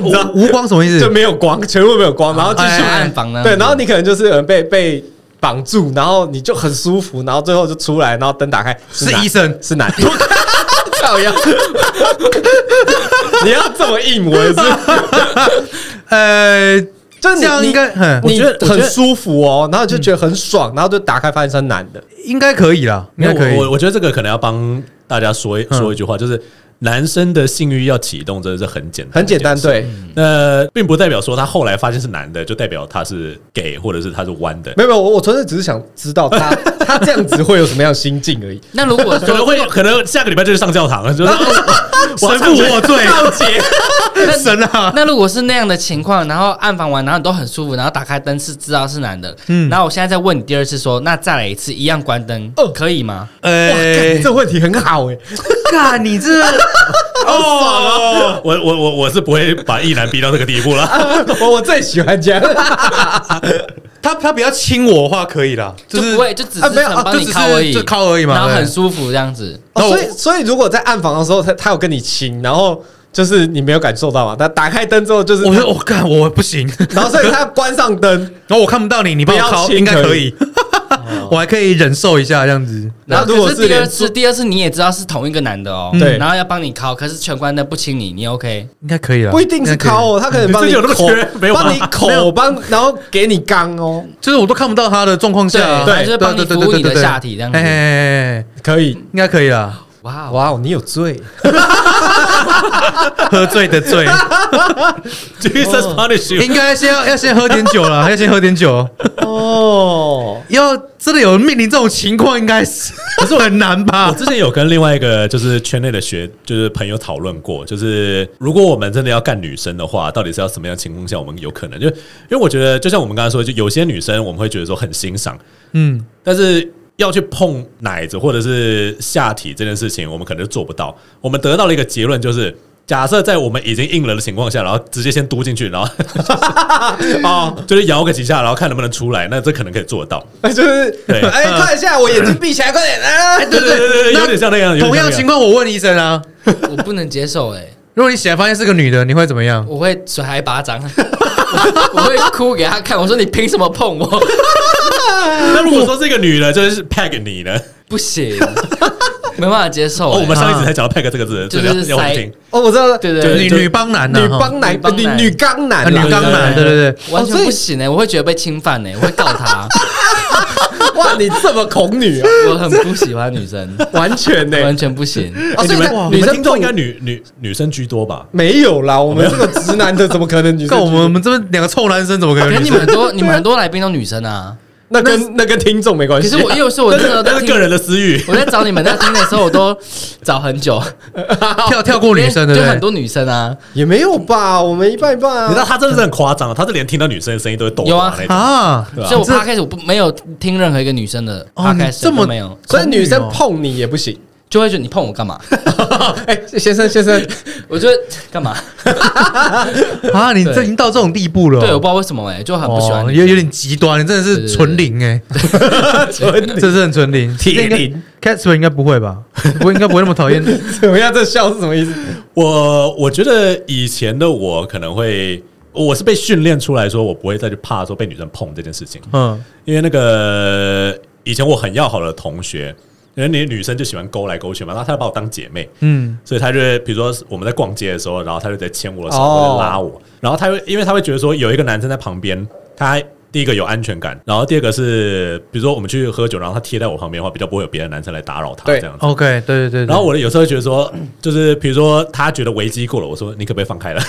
Speaker 1: 你知道
Speaker 2: 无无光什么意
Speaker 1: 就
Speaker 2: 思？
Speaker 1: 没有光，全部没有光，然后继
Speaker 4: 哎
Speaker 1: 续
Speaker 4: 哎暗房呢
Speaker 1: 对，然后你可能就是呃被被绑住，然后你就很舒服，然后最后就出来，然后灯打开
Speaker 2: 是
Speaker 1: 男
Speaker 2: 医生
Speaker 1: 是啊男， 靠腰， 你要这么硬，我也是，
Speaker 2: 呃，
Speaker 1: 就是
Speaker 2: 这样
Speaker 1: 你
Speaker 2: 应该很
Speaker 1: 你
Speaker 3: 我觉得
Speaker 1: 你很舒服哦，然后就觉得很爽，然后就打开发现是男的，
Speaker 2: 应该可以啦，应
Speaker 3: 因
Speaker 2: 该可
Speaker 3: 为
Speaker 2: 以。
Speaker 3: 我我我觉得这个可能要帮大家说一
Speaker 2: 嗯
Speaker 3: 说一句话，就是男生的性欲要启动真的是很简单，
Speaker 1: 很简单，。对，
Speaker 3: 那并不代表说他后来发现是男的，就代表他是 gay 或者是他是弯的。
Speaker 1: 没有没有，我我纯粹只是想知道他 他这样子会有什么样的心境而已。
Speaker 4: 那如果
Speaker 3: 可能
Speaker 4: 说
Speaker 3: 会，可能下个礼拜就去上教堂了，就是
Speaker 2: 神父我罪，
Speaker 4: 那
Speaker 2: 神啊！
Speaker 4: 那如果是那样的情况，然后暗访完，然后你都很舒服，然后打开灯是知道是男的，
Speaker 2: 嗯
Speaker 4: 然后我现在再问你第二次说，那再来一次一样关灯，
Speaker 1: 哦
Speaker 4: 可以吗？
Speaker 1: 哇，干
Speaker 2: 呃
Speaker 1: 这，问题很好哎，
Speaker 2: 干你这
Speaker 1: 啊
Speaker 2: 哦，
Speaker 3: 我我我我是不会把一男逼到这个地 步了。
Speaker 1: 我我最喜欢这样。
Speaker 2: 他他比较亲我的话可以啦，
Speaker 4: 就是不会，就只是
Speaker 1: 啊没有
Speaker 4: 想帮
Speaker 2: 就
Speaker 4: 你
Speaker 2: 只是
Speaker 4: 靠而已，
Speaker 2: 就靠而已嘛
Speaker 4: 然后
Speaker 2: 对
Speaker 4: 很舒服这样子。
Speaker 1: 哦
Speaker 2: 那我
Speaker 1: 所以所以如果在暗访的时候，他他有跟你亲，然后就是你没有感受到嘛？他打开灯之后就是，
Speaker 2: 我说我干我 不行，
Speaker 1: 然后所以他关上灯，
Speaker 2: 然后我看不到你，你帮我
Speaker 1: 不要
Speaker 2: 靠
Speaker 1: 亲
Speaker 2: 应该
Speaker 1: 可
Speaker 2: 可以， 我还可以忍受一下这样子。
Speaker 1: 然
Speaker 4: 然
Speaker 1: 后
Speaker 4: 后
Speaker 1: 如果
Speaker 4: 可是第
Speaker 1: 连
Speaker 4: 二次，第二次你也知道是同一个男的哦，
Speaker 1: 对
Speaker 4: 然后要帮你靠，可是全关灯不亲你，你 OK？
Speaker 2: 应该可以了，
Speaker 1: 不一定是
Speaker 2: 应该可以
Speaker 1: 靠哦，他可能帮
Speaker 3: 你
Speaker 1: 你
Speaker 3: 这有那么
Speaker 1: 口
Speaker 3: 缺没有啊
Speaker 1: 帮你
Speaker 3: 没
Speaker 1: 口
Speaker 3: 有
Speaker 1: 帮，然后给你刚哦，
Speaker 2: 就是我都看不到他的状况下啊，
Speaker 4: 对
Speaker 2: 对
Speaker 4: 他就是帮你
Speaker 2: 对对
Speaker 4: 服务你的
Speaker 2: 对对对
Speaker 4: 下体这样子
Speaker 2: 哎哎哎哎
Speaker 1: 可以。
Speaker 2: 应该可以啦，
Speaker 4: 哇哇，
Speaker 1: 哇哦，你有罪！
Speaker 2: 喝醉的醉，
Speaker 3: Jesus punish you！
Speaker 2: 应该先要要先喝点酒啦，要先喝点酒。
Speaker 1: 哦，
Speaker 2: 要真的有面临这种情况，应该是可是很难
Speaker 3: 我
Speaker 2: 吧？
Speaker 3: 之前有跟另外一个就是圈内的学就是朋友讨论过，就是如果我们真的要干女生的话，到底是要什么样的情况下我们有可能？就因为我觉得，就像我们刚才说，就有些女生我们会觉得说很欣赏，
Speaker 2: 嗯，
Speaker 3: 但是要去碰奶子或者是下体这件事情，我们可能就做不到。我们得到了一个结论，就是假设在我们已经硬了的情况下，然后直接先嘟进去，然后哦，就是摇个几下，然后看能不能出来，那这可能可以做到。
Speaker 1: 就是
Speaker 3: 对
Speaker 1: 哎，快点下来，我眼睛闭起来，快点啊！
Speaker 2: 对对
Speaker 3: 对对对有点像那样有点
Speaker 2: 同
Speaker 3: 像那
Speaker 2: 样
Speaker 3: 样
Speaker 2: 情况，我问医生啊，
Speaker 4: 我不能接受哎、
Speaker 2: 如果你醒来发现是个女的，你会怎么样？
Speaker 4: 我会甩他一巴掌，我会哭给他看，我说你凭什么碰我？
Speaker 3: 那如果说这个女的就是 peg 你呢？
Speaker 4: 不行，没办法接受、
Speaker 3: 哦，我们
Speaker 4: 哎
Speaker 3: 上一集才讲到 peg 这个字，
Speaker 4: 就
Speaker 3: 这个
Speaker 4: 是
Speaker 3: 要我们
Speaker 4: 塞
Speaker 3: 听。
Speaker 1: 哦，我知道了，
Speaker 4: 对对
Speaker 1: 就
Speaker 4: 对
Speaker 2: 女
Speaker 1: 就
Speaker 2: 女帮男啊，
Speaker 1: 女帮
Speaker 4: 女
Speaker 1: 男，呃
Speaker 4: 帮
Speaker 1: 女
Speaker 4: 男
Speaker 1: 女刚
Speaker 2: 哈
Speaker 1: 男
Speaker 2: 啊
Speaker 1: 啦，
Speaker 2: 女
Speaker 3: 帮
Speaker 2: 帮男，对对对，
Speaker 4: 完全
Speaker 1: 哦所以
Speaker 4: 不行哎、我会觉得被侵犯哎、我会告 他，
Speaker 1: 哇，你这么恐女啊，
Speaker 4: 我很不喜欢女生，
Speaker 1: 完全呢，
Speaker 4: 完全不行。
Speaker 1: 哦，所
Speaker 3: 你
Speaker 1: 以那女
Speaker 3: 们你们
Speaker 1: 生
Speaker 3: 听众
Speaker 1: 碰
Speaker 3: 应该女女女生居多吧？
Speaker 1: 没有啦，我们这个直男的怎么可能 女生
Speaker 2: 看
Speaker 1: 去？
Speaker 2: 我们我们这边两个臭男生怎么可
Speaker 4: 可是
Speaker 2: 能？
Speaker 4: 你们很多你们很多来宾都女生啊，
Speaker 1: 那跟那跟听众没关
Speaker 4: 可
Speaker 1: 系。
Speaker 2: 啊
Speaker 4: 是我又是我那时候
Speaker 3: 那
Speaker 4: 在
Speaker 3: 是个
Speaker 4: 听，
Speaker 3: 人的私欲。
Speaker 4: 我在找你们在听的时候，我都找很久，
Speaker 2: 跳跳过女生的，
Speaker 4: 就
Speaker 2: 对
Speaker 4: 很
Speaker 2: 不对？
Speaker 4: 多女生啊，
Speaker 1: 也没有吧，我们一半一半
Speaker 3: 你知道
Speaker 1: 啊。
Speaker 3: 他真的是很夸张，他是连听到女生的声音都会抖
Speaker 4: 有啊
Speaker 3: 那种
Speaker 2: 啊，
Speaker 3: 对吧
Speaker 4: 所以我
Speaker 2: 这
Speaker 4: p 开始我不没有听任何一个女生的 p
Speaker 2: 哦
Speaker 4: o
Speaker 2: 你
Speaker 4: d
Speaker 2: 这么
Speaker 4: 没有，
Speaker 1: 所以女生
Speaker 2: 恐女哦
Speaker 1: 碰你也不行。
Speaker 4: 就会觉得你碰我干嘛？
Speaker 1: 哎、先生先生，
Speaker 4: 我觉得干嘛？
Speaker 2: 啊，你
Speaker 4: 对
Speaker 2: 这已经到这种地步了哦，
Speaker 4: 对，我不知道为什么哎、就很不喜欢
Speaker 2: 哦
Speaker 4: 女
Speaker 2: 有
Speaker 4: 生。
Speaker 2: 有点极端，你真的是纯零哎，
Speaker 1: 纯
Speaker 2: 这是很纯零，
Speaker 3: 铁零。
Speaker 2: Casper 应该不会吧？不会，应该不会那么讨厌。
Speaker 1: 怎么样？这笑是什么意思？
Speaker 3: 我我觉得以前的我可能会，我是被训练出来说，我不会再去怕说被女生碰这件事情，
Speaker 2: 嗯，
Speaker 3: 因为那个以前我很要好的同学，因为你女生就喜欢勾来勾去嘛，然后她就把我当姐妹，
Speaker 2: 嗯，
Speaker 3: 所以她就会比如说我们在逛街的时候，然后她就在牵我的手，
Speaker 1: 哦
Speaker 3: 或者拉我，然后她会因为她会觉得说有一个男生在旁边，他第一个有安全感，然后第二个是，比如说我们去喝酒，然后他贴在我旁边的话，比较不会有别的男生来打扰他
Speaker 1: 对
Speaker 3: 这样子。
Speaker 2: OK，对对对，
Speaker 3: 然后我有时候会觉得说，就是比如说他觉得危机过了，我说你可不可以放开了？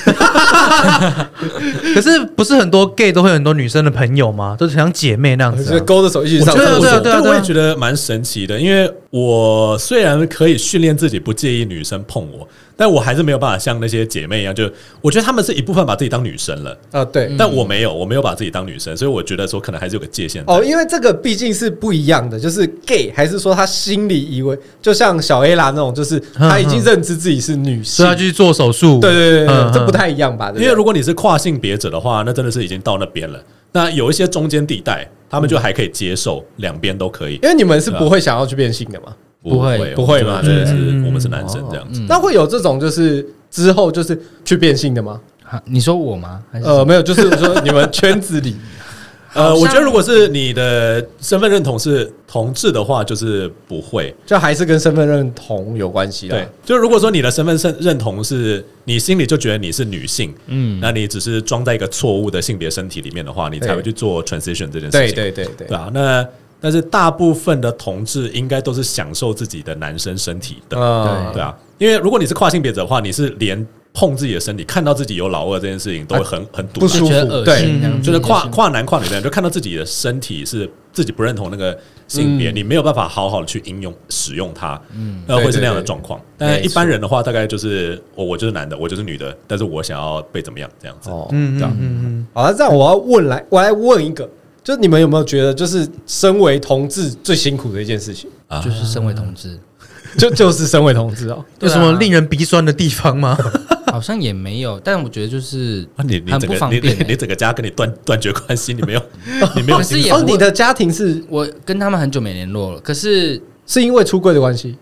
Speaker 2: 可是不是很多 gay 都会有很多女生的朋友吗？都是像姐妹那样
Speaker 1: 就
Speaker 2: 子
Speaker 1: 是
Speaker 2: 啊、
Speaker 1: 勾着手一起
Speaker 3: 我
Speaker 1: 上
Speaker 3: 觉
Speaker 1: 厕
Speaker 3: 得，
Speaker 2: 对啊
Speaker 1: 所。
Speaker 2: 对啊
Speaker 3: 我也觉得蛮神奇的，因为我虽然可以训练自己不介意女生碰我，但我还是没有办法像那些姐妹一样，就我觉得她们是一部分把自己当女生了，
Speaker 1: 啊，对。
Speaker 3: 但我没有，我没有把自己当女生，所以我觉得说可能还是有个界限在。
Speaker 1: 哦，因为这个毕竟是不一样的，就是 gay 还是说他心里以为，就像小 A 啦那种，就是他已经认知自己是女性
Speaker 2: 所以要，去做手术。
Speaker 1: 对对对
Speaker 2: 嗯
Speaker 1: 对，这
Speaker 2: 嗯
Speaker 1: 不太一样吧？对不对
Speaker 3: 因为如果你是跨性别者的话，那真的是已经到那边了。那有一些中间地带，他们就还可以接受，两边都可以。
Speaker 1: 因为你们是不会想要去变性的嘛，
Speaker 4: 不会
Speaker 1: 不会嘛
Speaker 3: 我们就是
Speaker 2: 对
Speaker 3: 我们是男生这样子。
Speaker 4: 嗯
Speaker 1: 那会有这种就是之后就是去变性的吗？
Speaker 4: 啊你说我吗？还是
Speaker 1: 呃，没有，就是说你们圈子里
Speaker 3: 呃，
Speaker 4: 好像
Speaker 3: 我觉得如果是你的身份认同是同志的话，就是不会。
Speaker 1: 就还是跟身份认同有关系
Speaker 3: 对
Speaker 1: 的。，
Speaker 3: 就如果说你的身份认认同是你心里就觉得你是女性，
Speaker 4: 嗯
Speaker 3: 那你只是装在一个错误的性别身体里面的话，你才会去做 transition 这件事情。
Speaker 1: 对对对对
Speaker 3: 对啊，那但是大部分的同志应该都是享受自己的男生身体的，
Speaker 1: 嗯
Speaker 3: 对啊，因为如果你是跨性别者的话，你是连碰自己的身体，看到自己有老二这件事情都会很、很
Speaker 1: 啊
Speaker 3: 堵
Speaker 1: 不
Speaker 3: 拦
Speaker 1: 舒服
Speaker 4: 觉得恶
Speaker 1: 对
Speaker 4: 心这样子，
Speaker 3: 就是跨
Speaker 4: 嗯
Speaker 3: 跨男跨女的人，就看到自己的身体是自己不认同那个性别，你没有办法好好的去应用使用它，嗯，呃，
Speaker 1: 对
Speaker 3: 会是那样
Speaker 1: 对
Speaker 3: 的
Speaker 1: 对
Speaker 3: 状况。但一般人的话，大概就是哦我我就是男的，我就是女的，但是我想要被怎么样这样子。
Speaker 1: 哦，
Speaker 2: 嗯，嗯
Speaker 3: 这样
Speaker 2: 嗯嗯嗯，
Speaker 1: 好了，这样我要问来，我来问一个，就你们有没有觉得，就是身为同志最辛苦的一件事情，
Speaker 3: 啊
Speaker 4: 就是身为同志，
Speaker 1: 就就是身为同志哦。
Speaker 2: 有
Speaker 4: 对啊
Speaker 2: 什么令人鼻酸的地方吗？
Speaker 4: 好像也没有，但我觉得就是
Speaker 3: 啊，你你
Speaker 4: 很
Speaker 3: 整
Speaker 4: 不
Speaker 3: 个
Speaker 4: 方
Speaker 3: 你
Speaker 4: 便
Speaker 3: 你
Speaker 4: 欸。
Speaker 3: 你整个家跟你断断绝关系，你没有你没有
Speaker 4: 可是
Speaker 3: 经历
Speaker 4: 也
Speaker 1: 哦，
Speaker 4: 不
Speaker 1: 你的家庭是
Speaker 4: 我跟他们很久没联络了，可是
Speaker 1: 是因为出柜的关系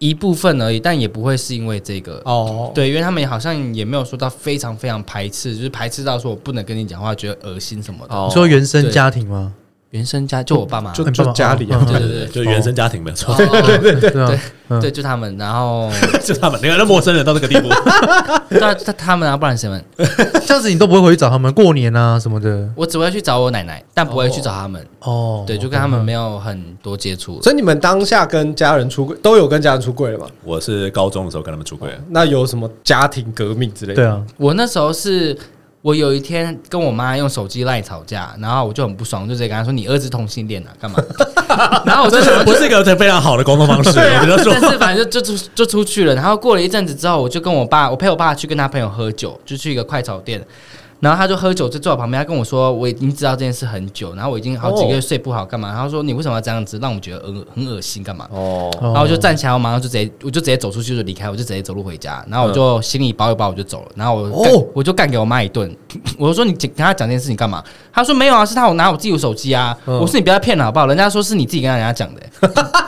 Speaker 4: 一部分而已，但也不会是因为这个。
Speaker 1: 哦，
Speaker 4: 对，因为他们好像也没有说到非常非常排斥，就是排斥到说我不能跟你讲话，觉得恶心什么的。
Speaker 1: 哦
Speaker 2: 你 说原生家庭吗？
Speaker 4: 原生家就我爸妈，
Speaker 1: 就
Speaker 2: 哎
Speaker 1: 就
Speaker 2: 爸爸
Speaker 1: 家里啊
Speaker 2: 哦
Speaker 4: 对
Speaker 2: 嗯
Speaker 4: 对
Speaker 3: 对
Speaker 4: 对
Speaker 3: 就原生家庭没有
Speaker 1: 哦
Speaker 3: 错，
Speaker 4: 对哦对
Speaker 2: 对对啊
Speaker 4: 对，就他们，然后
Speaker 3: 就他们，你看那陌生人到这个地步，
Speaker 4: 对啊，他他们啊，不然谁们？
Speaker 2: 这样子你都不会回去找他们过年啊什么的
Speaker 4: 我只会去找我奶奶，但不会去找他们。
Speaker 2: 哦。
Speaker 4: 对，就跟他们没有很多接触。
Speaker 1: 所以你们当下跟家人出柜都有跟家人出柜了嘛？
Speaker 3: 我是高中的时候跟他们出轨，
Speaker 1: 那有什么家庭革命之类
Speaker 2: 对
Speaker 1: 的？
Speaker 2: 啊，
Speaker 4: 我那时候是我有一天跟我妈用手机赖吵架，然后我就很不爽，我就直接跟她说：“你儿子同性恋啊，干嘛？”然后我就
Speaker 3: 这是不是一个非常好的沟通方式？我觉得说
Speaker 4: 但是反正就就出就出去了。然后过了一阵子之后，我就跟我爸，我陪我爸去跟他朋友喝酒，就去一个快炒店。然后他就喝酒，就坐我旁边。他跟我说：“我已经知道这件事很久，然后我已经好几个月睡不好，干嘛？”然后说：“你为什么要这样子，让我觉得很很恶心，干嘛？”
Speaker 1: 哦，
Speaker 2: 然
Speaker 4: 然后我就站起来，我马上就直接，我就直接走出去就离开，我就直接走路回家。然后我
Speaker 1: 嗯
Speaker 4: 就行李包一包，我就走了。然后我干
Speaker 2: 哦
Speaker 4: 我就干给我妈一顿， 我就说你跟她讲这件事情干嘛？她说没有啊，是她我拿我自己的手机啊。
Speaker 1: 嗯
Speaker 4: 我说你不要骗了好不好？人家说是你自己跟人 家讲的、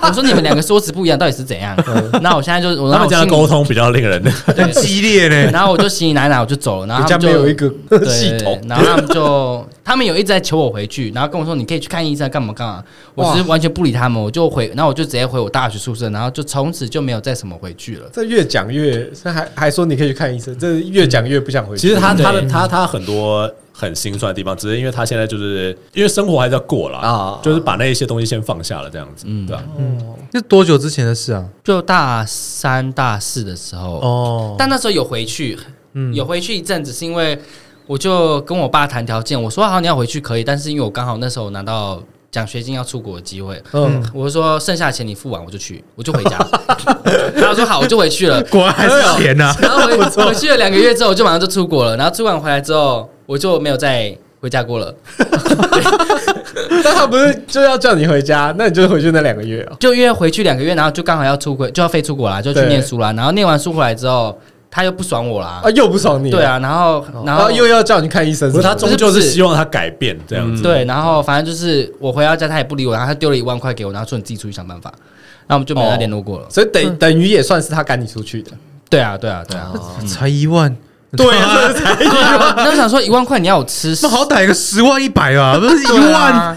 Speaker 4: 我说你们两个说辞不一样，到底是怎样？
Speaker 1: 嗯
Speaker 4: 那我现在就我
Speaker 3: 他
Speaker 4: 然后
Speaker 3: 们
Speaker 4: 我
Speaker 3: 家的
Speaker 4: 心
Speaker 3: 沟
Speaker 4: 里
Speaker 3: 通比较令人
Speaker 2: 很激烈
Speaker 4: 对
Speaker 2: 呢。
Speaker 4: 然后我就行李拿一拿我就走了，
Speaker 3: 啊
Speaker 4: 然
Speaker 1: 人
Speaker 4: 后
Speaker 1: 家
Speaker 4: 他们就
Speaker 1: 没有一个 系统
Speaker 4: 对，然后他们就他们有一直在求我回去，然后跟我说你可以去看医生干嘛干嘛，我只是完全不理他们，我就回，然后我就直接回我大学宿舍，然后就从此就没有再什么回去了。
Speaker 1: 这越讲越，这还还说你可以去看医生，这越讲越不想回去。
Speaker 3: 嗯其实他
Speaker 4: 对
Speaker 3: 他的他他很多很心酸的地方，只是因为他现在就是因为生活还是要过啦，
Speaker 1: 啊
Speaker 3: 就是把那一些东西先放下了，这样子，对吧、
Speaker 2: 那多久之前的事啊？
Speaker 4: 就大三大四的时候，
Speaker 2: 哦，
Speaker 4: 但那时候有回去，
Speaker 1: 嗯
Speaker 4: 有回去一阵子，是因为我就跟我爸谈条件，我说好你要回去可以，但是因为我刚好那时候拿到奖学金要出国的机会，
Speaker 1: 嗯，
Speaker 4: 我就说剩下的钱你付完我就去，我就 回家。然后说好，我就回去了。
Speaker 2: 果然还是钱啊呐。
Speaker 4: 然后回回去了两个月之后，我就马上就出国了。然后出完回来之后，我就没有再回家过了。
Speaker 1: 但他不是就要叫你回家，那你就回去那两个月啊。
Speaker 4: 就因为回去两个月，然后就刚好要出国，就要飞出国啦，就去
Speaker 1: 对
Speaker 4: 念书啦。然后念完书回来之后，他又不爽我啦
Speaker 1: 啊，，又不爽你了，
Speaker 4: 对啊，然后然
Speaker 1: 然
Speaker 4: 后
Speaker 1: 后哦又要叫你看医生
Speaker 3: 不
Speaker 1: 什么
Speaker 3: 过
Speaker 1: 的，
Speaker 3: 他终究是希望他改变这样子，
Speaker 4: 嗯对，然后反正就是我回到家，他也不理我，然后他丢了一万块给我，然后说你自己出去想办法，然后我们就没有再联络过了。
Speaker 1: 所以等、
Speaker 3: 嗯
Speaker 1: 等于也算是他赶你出去的。
Speaker 4: 对啊，对啊，对啊。
Speaker 3: 哦
Speaker 2: 才一万，
Speaker 1: 对 啊，这
Speaker 3: 嗯
Speaker 1: 才
Speaker 4: 对啊那我想说一万块你要我吃屎
Speaker 2: 那好歹一个十万一百吧，不是一
Speaker 4: 对
Speaker 2: 万。
Speaker 4: 啊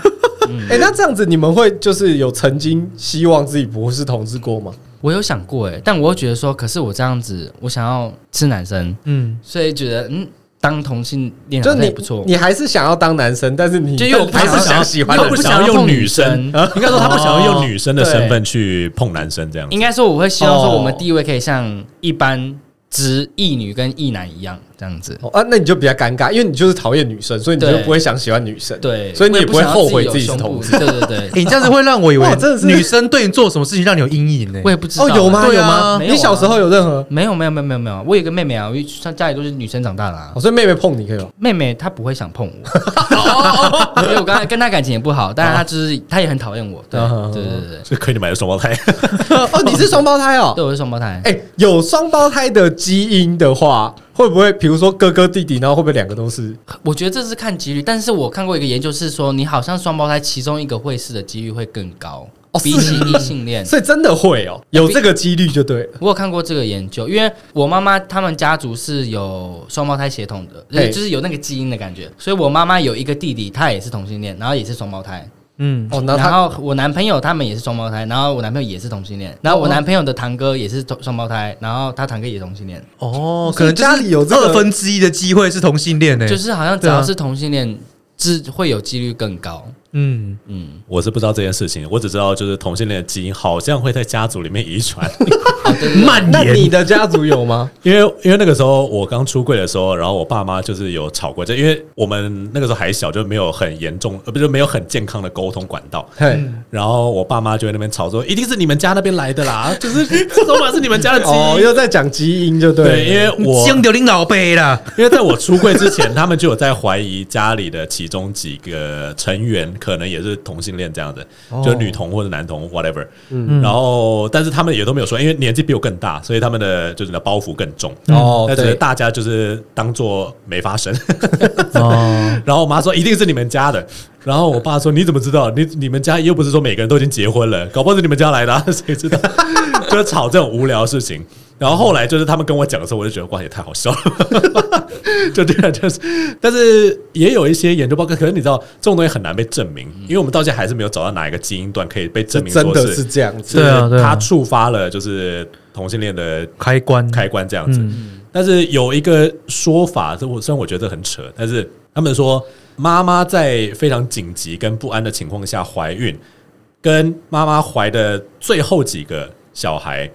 Speaker 1: 哎、那这样子你们会就是有曾经希望自己不是同志过吗？
Speaker 4: 我有想过哎、但我又觉得说，可是我这样子，我想要吃男生，
Speaker 2: 嗯，
Speaker 4: 所以觉得嗯，当同性恋好
Speaker 1: 就
Speaker 4: 像也
Speaker 1: 你
Speaker 4: 不错。
Speaker 1: 你还是想要当男生，但是你
Speaker 4: 就因为我不
Speaker 1: 还是
Speaker 4: 想
Speaker 1: 想
Speaker 4: 要
Speaker 1: 喜
Speaker 4: 因
Speaker 1: 欢
Speaker 4: 为
Speaker 1: 的
Speaker 3: 不
Speaker 4: 我不
Speaker 3: 想
Speaker 4: 想
Speaker 3: 要
Speaker 4: 要
Speaker 3: 用
Speaker 4: 碰
Speaker 3: 女
Speaker 4: 女
Speaker 3: 生
Speaker 4: 生，
Speaker 3: 应该说他不想要
Speaker 2: 哦
Speaker 3: 用女生的身
Speaker 4: 对
Speaker 3: 份去碰男生这样子
Speaker 4: 应。该说我会希望说我们
Speaker 1: 哦
Speaker 4: 地位可以像一般直异女跟异男一样这样子。
Speaker 1: 哦啊，那你就比较尴尬，因为你就是讨厌女生，所以你就
Speaker 4: 对
Speaker 1: 不会想喜欢女生。
Speaker 4: 对，
Speaker 1: 所以你
Speaker 4: 我
Speaker 1: 也
Speaker 4: 也
Speaker 1: 不会
Speaker 4: 想
Speaker 1: 后悔
Speaker 4: 有
Speaker 1: 自己是
Speaker 4: 胸部
Speaker 1: 同志。
Speaker 4: 对对对，
Speaker 2: 欸你这样子会让我以为
Speaker 1: 哇真的是
Speaker 2: 女生对你做什么事情让你有阴影呢、
Speaker 4: 我也不知道
Speaker 1: 哦，有吗？
Speaker 4: 欸
Speaker 2: 对
Speaker 1: 有
Speaker 2: 啊
Speaker 1: 吗？
Speaker 4: 没有啊
Speaker 1: 你小时候有任何？
Speaker 4: 没有没有没有没有没有，我有一个妹妹啊，我上家里都是女生长大的啊
Speaker 1: 哦，。所以妹妹碰你可以吗？
Speaker 4: 妹妹她不会想碰我， 因为我刚才跟她感情也不好，但是她就是她也很讨厌我。对
Speaker 1: 哦
Speaker 4: 对对对对，
Speaker 3: 是亏你买的双胞胎，
Speaker 1: 哦，你是双胞胎 哦。
Speaker 4: 对我是双胞胎。
Speaker 1: 哎、有双胞胎的基因的话，会不会比如说哥哥弟弟，然后会不会两个都是？
Speaker 4: 我觉得这是看几率，但是我看过一个研究是说，你好像双胞胎其中一个会是的几率会更高，
Speaker 1: 哦
Speaker 4: 比
Speaker 1: 是
Speaker 4: 起异性恋。
Speaker 1: 所以真的会哦，有这个几率就对了。
Speaker 4: 我有看过这个研究，因为我妈妈他们家族是有双胞胎血统的，就是
Speaker 1: 嘿
Speaker 4: 就是有那个基因的感觉，所以我妈妈有一个弟弟，他也是同性恋，然后也是双胞胎，
Speaker 2: 嗯，
Speaker 1: 哦，那
Speaker 4: 然
Speaker 1: 他
Speaker 4: 后我男朋友他们也是双胞胎，然后我男朋友也是同性恋，
Speaker 1: 哦
Speaker 4: 然后我男朋友的堂哥也是同双胞胎，然后他堂哥也是同性恋，
Speaker 2: 哦，可能就是
Speaker 1: 家里有这个
Speaker 2: 二分之一的机会是同性恋呢、
Speaker 4: 就是好像只
Speaker 2: 对啊
Speaker 4: 要是同性恋，是会有几率更高。
Speaker 2: 嗯，
Speaker 4: 嗯，
Speaker 3: 我是不知道这件事情，我只知道就是同性恋的基因好像会在家族里面遗传，
Speaker 4: 哦对对对
Speaker 2: 蔓
Speaker 1: 那你
Speaker 2: 延
Speaker 1: 的家族有吗？
Speaker 3: 因为因为那个时候我刚出柜的时候，然后我爸妈就是有吵过，就因为我们那个时候还小，就没有很严重，呃，不是没有很健康的沟通管道。
Speaker 1: 嘿，
Speaker 3: 然后我爸妈就在那边吵说，一定是你们家那边来的啦，就是这种码是你们家的基因。
Speaker 1: 哦，又在讲基因就对了。
Speaker 3: 对，因为 我
Speaker 2: 将丢领老背啦。
Speaker 3: 因为在我出柜之前，他们就有在怀疑家里的其中几个成员可能也是同性恋这样子，
Speaker 1: 哦
Speaker 3: 就女同或者男同 whatever。然
Speaker 1: 嗯
Speaker 3: 后，但是他们也都没有说，因为年纪比我更大，所以他们的就是呢包袱更重。
Speaker 1: 哦
Speaker 3: 但是
Speaker 1: 对
Speaker 3: 啊大家就是当做没发生。
Speaker 2: 哦，
Speaker 3: 然后我妈说一定是你们家的，然后我爸说你怎么知道？你你们家又不是说每个人都已经结婚了，搞不好是你们家来的、啊， 谁知道？就是吵这种无聊的事情。然后后来就是他们跟我讲的时候，我就觉得哇，也太好笑了 吧，就这样就是。但是也有一些研究报告，可是你知道这种东西很难被证明，因为我们到现在还是没有找到哪一个基因段可以被证明
Speaker 1: 真
Speaker 3: 说
Speaker 1: 的是
Speaker 3: 是
Speaker 1: 这样子。
Speaker 2: 对啊对啊
Speaker 3: 它触发了就是同性恋的
Speaker 2: 开关，
Speaker 3: 开关这样子。
Speaker 2: 嗯
Speaker 3: 但是有一个说法，这我虽然我觉得很扯，但是他们说妈妈在非常紧急跟不安的情况下怀孕，跟妈妈怀的最后几个小孩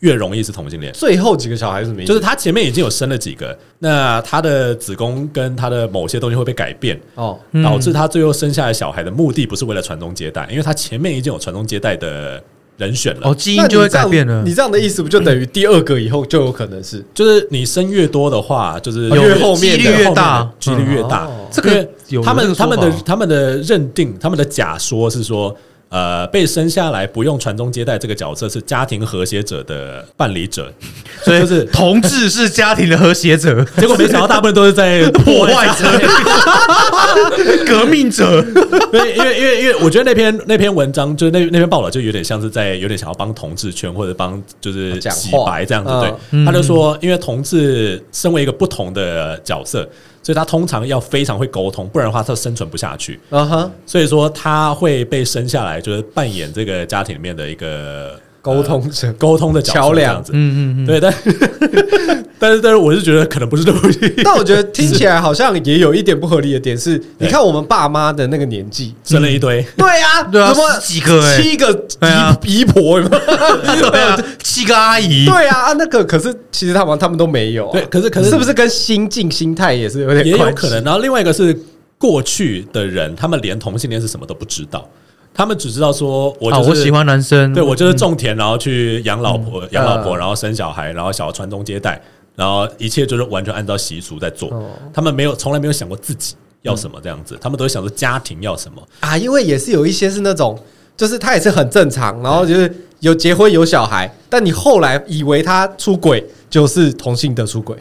Speaker 3: 越容易是同性
Speaker 2: 嗯
Speaker 3: 恋。
Speaker 1: 最后几个小孩是什么意思？
Speaker 3: 就是她前面已经有生了几个，那她的子宫跟她的某些东西会被改变，
Speaker 1: 哦，
Speaker 2: 嗯
Speaker 3: 导致她最后生下来小孩的目的不是为了传宗接代，因为她前面已经有传宗接代的人选了。
Speaker 2: 哦，基
Speaker 1: 那
Speaker 2: 因
Speaker 1: 你
Speaker 2: 就会
Speaker 1: 这样
Speaker 2: 改变了。
Speaker 1: 你这样的意思不就等于第二个以后就有可能是？
Speaker 3: 就是你生越多的话，就是
Speaker 1: 哦越后
Speaker 2: 面的几啊率越大
Speaker 3: 几率越大
Speaker 1: 嗯哦。
Speaker 2: 这个
Speaker 3: 因
Speaker 2: 有
Speaker 3: 为他
Speaker 2: 这
Speaker 3: 们
Speaker 2: 个说
Speaker 3: 他
Speaker 2: 法
Speaker 3: 们的他们的认定，他们的假说是说，呃，被生下来不用传宗接代这个角色是家庭和谐者的办理者，
Speaker 2: 所以
Speaker 3: 就是
Speaker 2: 同志是家庭的和谐者、
Speaker 3: 结果没想到大部分都是在
Speaker 2: 破坏者、革命者。
Speaker 3: 对，因为因为因为我觉得那篇那篇文章就是那那篇报道就有点像是在有点想要帮同志圈或者帮就是
Speaker 1: 讲话
Speaker 3: 洗白这样子，对，
Speaker 2: 嗯
Speaker 3: 他就说因为同志身为一个不同的角色，所以他通常要非常会沟通，不然的话他生存不下去，
Speaker 1: 啊哈，
Speaker 3: 所以说他会被生下来就是扮演这个家庭里面的一个
Speaker 1: 沟通者
Speaker 3: 呃沟通的角色
Speaker 1: 桥梁
Speaker 3: 这样子，
Speaker 2: 嗯嗯嗯，
Speaker 3: 对，但但是但 是我是觉得可能不是这么
Speaker 1: 但我觉得听起来好像也有一点不合理的点是，你看我们爸妈的那个年纪，
Speaker 3: 生了一堆。
Speaker 1: 对啊，
Speaker 2: 对啊
Speaker 1: 怎么
Speaker 2: 十几个欸
Speaker 1: 七个
Speaker 2: 对啊
Speaker 1: 姨姨婆有没有，
Speaker 2: 对啊， 七个阿姨，
Speaker 1: 对啊，啊那个可是其实他们他们都没有啊，
Speaker 3: 对可是可是
Speaker 1: 是不是跟心境心态也是有点
Speaker 3: 也有
Speaker 1: 关系
Speaker 3: 可能。然后另外一个是过去的人，他们连同性恋是什么都不知道，他们只知道说我
Speaker 2: 啊，
Speaker 3: 就是、
Speaker 2: 我喜，欢男生，
Speaker 3: 对我就是种田，然后去养老婆，养、老婆，
Speaker 1: 嗯
Speaker 3: 然后生小孩，然后想要传宗接代，然后一切就是完全按照习俗在做。
Speaker 1: 哦
Speaker 3: 他们没有从来没有想过自己要
Speaker 1: 嗯
Speaker 3: 什么这样子，他们都会想说家庭要什么。
Speaker 1: 啊，因为也是有一些是那种，就是他也是很正常，然后就是有结婚有小孩，但你后来以为他出轨就是同性的出轨，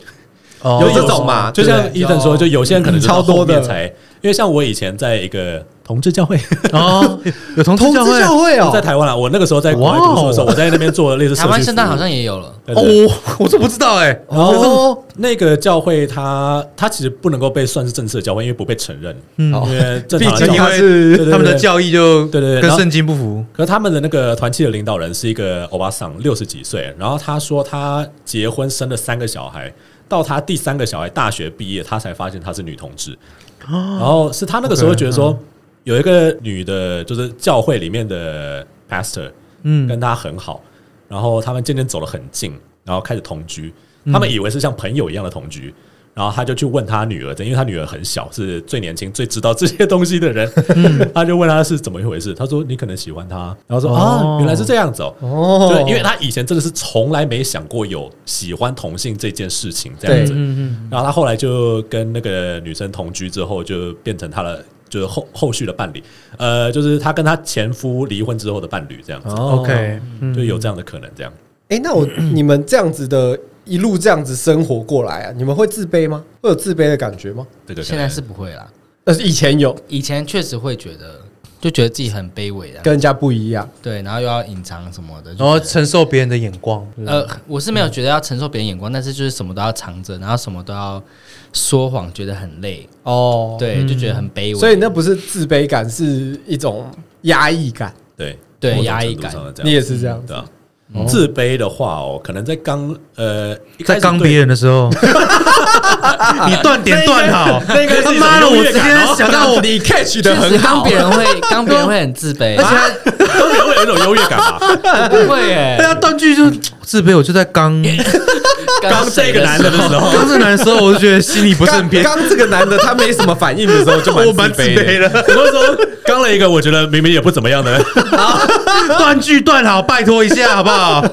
Speaker 2: 哦
Speaker 1: 有这种嘛
Speaker 3: 就像
Speaker 1: 对哦
Speaker 3: 伊森说，就有些人可能就是
Speaker 1: 超多
Speaker 3: 后面
Speaker 1: 的
Speaker 3: 才，因为像我以前在一个同志教会，
Speaker 2: 哦，有同
Speaker 1: 同
Speaker 2: 志
Speaker 1: 志
Speaker 2: 教会
Speaker 1: 教会哦，
Speaker 3: 在台湾啊，我那个时候在国外读书的时候，
Speaker 2: 哇哦
Speaker 3: 我在那边做类似社
Speaker 4: 台湾
Speaker 3: 区
Speaker 4: 圣诞
Speaker 3: 服务
Speaker 4: 好像也有了，
Speaker 3: 对
Speaker 2: 哦，
Speaker 3: 对对哦
Speaker 2: 我我这不知道哎，
Speaker 1: 然后
Speaker 3: 那个教会它，它其实不能够被算是正式的教会，因为不被承认。
Speaker 2: 嗯
Speaker 3: 因为正
Speaker 1: 毕
Speaker 3: 常来
Speaker 1: 竟
Speaker 3: 讲
Speaker 1: 他
Speaker 3: 对对
Speaker 1: 是
Speaker 3: 对
Speaker 2: 他们的教义就
Speaker 3: 对对
Speaker 2: 跟
Speaker 3: 对然后
Speaker 2: 圣经不符，
Speaker 3: 可是他们的那个团契的领导人是一个欧巴桑，六十几岁，然后他说他结婚生了三个小孩，到她第三个小孩大学毕业，她才发现她是女同志。然后是她那个时候
Speaker 2: 哦 OK，嗯
Speaker 3: 觉得说，有一个女的，就是教会里面的 pastor，
Speaker 2: 嗯
Speaker 3: 跟她很好，然后他们渐渐走得很近，然后开始同居。
Speaker 2: 嗯
Speaker 3: 他们以为是像朋友一样的同居，然后他就去问他女儿的，因为他女儿很小，是最年轻、最知道这些东西的人。
Speaker 2: 嗯
Speaker 3: 他就问他是怎么一回事，他说你可能喜欢他，然后说、
Speaker 2: 哦
Speaker 3: 啊，原来是这样子哦。
Speaker 1: 哦
Speaker 3: 对，因为他以前真的是从来没想过有喜欢同性这件事情这样子。
Speaker 2: 嗯
Speaker 3: 然后他后来就跟那个女生同居之后，就变成他的就是后后续的伴侣，呃，就是他跟他前夫离婚之后的伴侣这样子，
Speaker 2: 嗯
Speaker 1: 哦
Speaker 2: ，OK，嗯
Speaker 3: 就有这样的可能这样。
Speaker 1: 哎、那我你们这样子的一路这样子生活过来啊，你们会自卑吗？会有自卑的感觉吗？
Speaker 3: 这个可
Speaker 4: 现在
Speaker 3: 能
Speaker 4: 是不会啦，
Speaker 1: 但是以前有
Speaker 4: 以前确实会觉得，就觉得自己很卑微啊，
Speaker 1: 跟人哦家不一样，
Speaker 4: 对，然后又要隐藏什么的，
Speaker 2: 然后
Speaker 4: 就觉
Speaker 2: 承受别人的眼光，
Speaker 4: 得呃，我是没有觉得要承受别人
Speaker 1: 嗯
Speaker 4: 眼光，但是就是什么都要藏着，然后什么都要说谎，觉得很累，
Speaker 1: 哦，
Speaker 4: 对，就觉得很卑微，
Speaker 1: 所以那不是自卑感，是一种压抑感。
Speaker 3: 对
Speaker 4: 对
Speaker 3: 某种
Speaker 4: 压抑
Speaker 3: 程度
Speaker 4: 感
Speaker 3: 上的这样
Speaker 1: 你也是这样子，
Speaker 3: 对啊。自卑的话哦，可能在刚呃一
Speaker 2: 在
Speaker 3: 开始
Speaker 2: 刚
Speaker 3: 对
Speaker 2: 别人的时候， 你断点断好，
Speaker 3: 那应该是
Speaker 2: 他
Speaker 3: 一种
Speaker 2: 妈的，我
Speaker 3: 优
Speaker 2: 直
Speaker 3: 越感
Speaker 2: 接
Speaker 3: 哦
Speaker 2: 想到我，
Speaker 1: 你 catch
Speaker 4: 确实当别人 会，当别人会很自卑，
Speaker 2: 而且
Speaker 3: 刚别人 会有一种优越感啊吧？
Speaker 4: 他不会 耶
Speaker 2: 对，啊，断句就自卑，我就在刚
Speaker 3: 刚这个男的的时候，
Speaker 2: 刚这男的时候，我就觉得心里不是
Speaker 1: 刚
Speaker 2: 很平，
Speaker 1: 刚这个男的他没什么反应的时候，就
Speaker 2: 我
Speaker 1: 蛮
Speaker 2: 蛮自
Speaker 1: 卑的。
Speaker 2: 卑的。
Speaker 3: 很多时候刚了一个我觉得明明也不怎么样的，
Speaker 2: 断句断好，拜托一下好不好？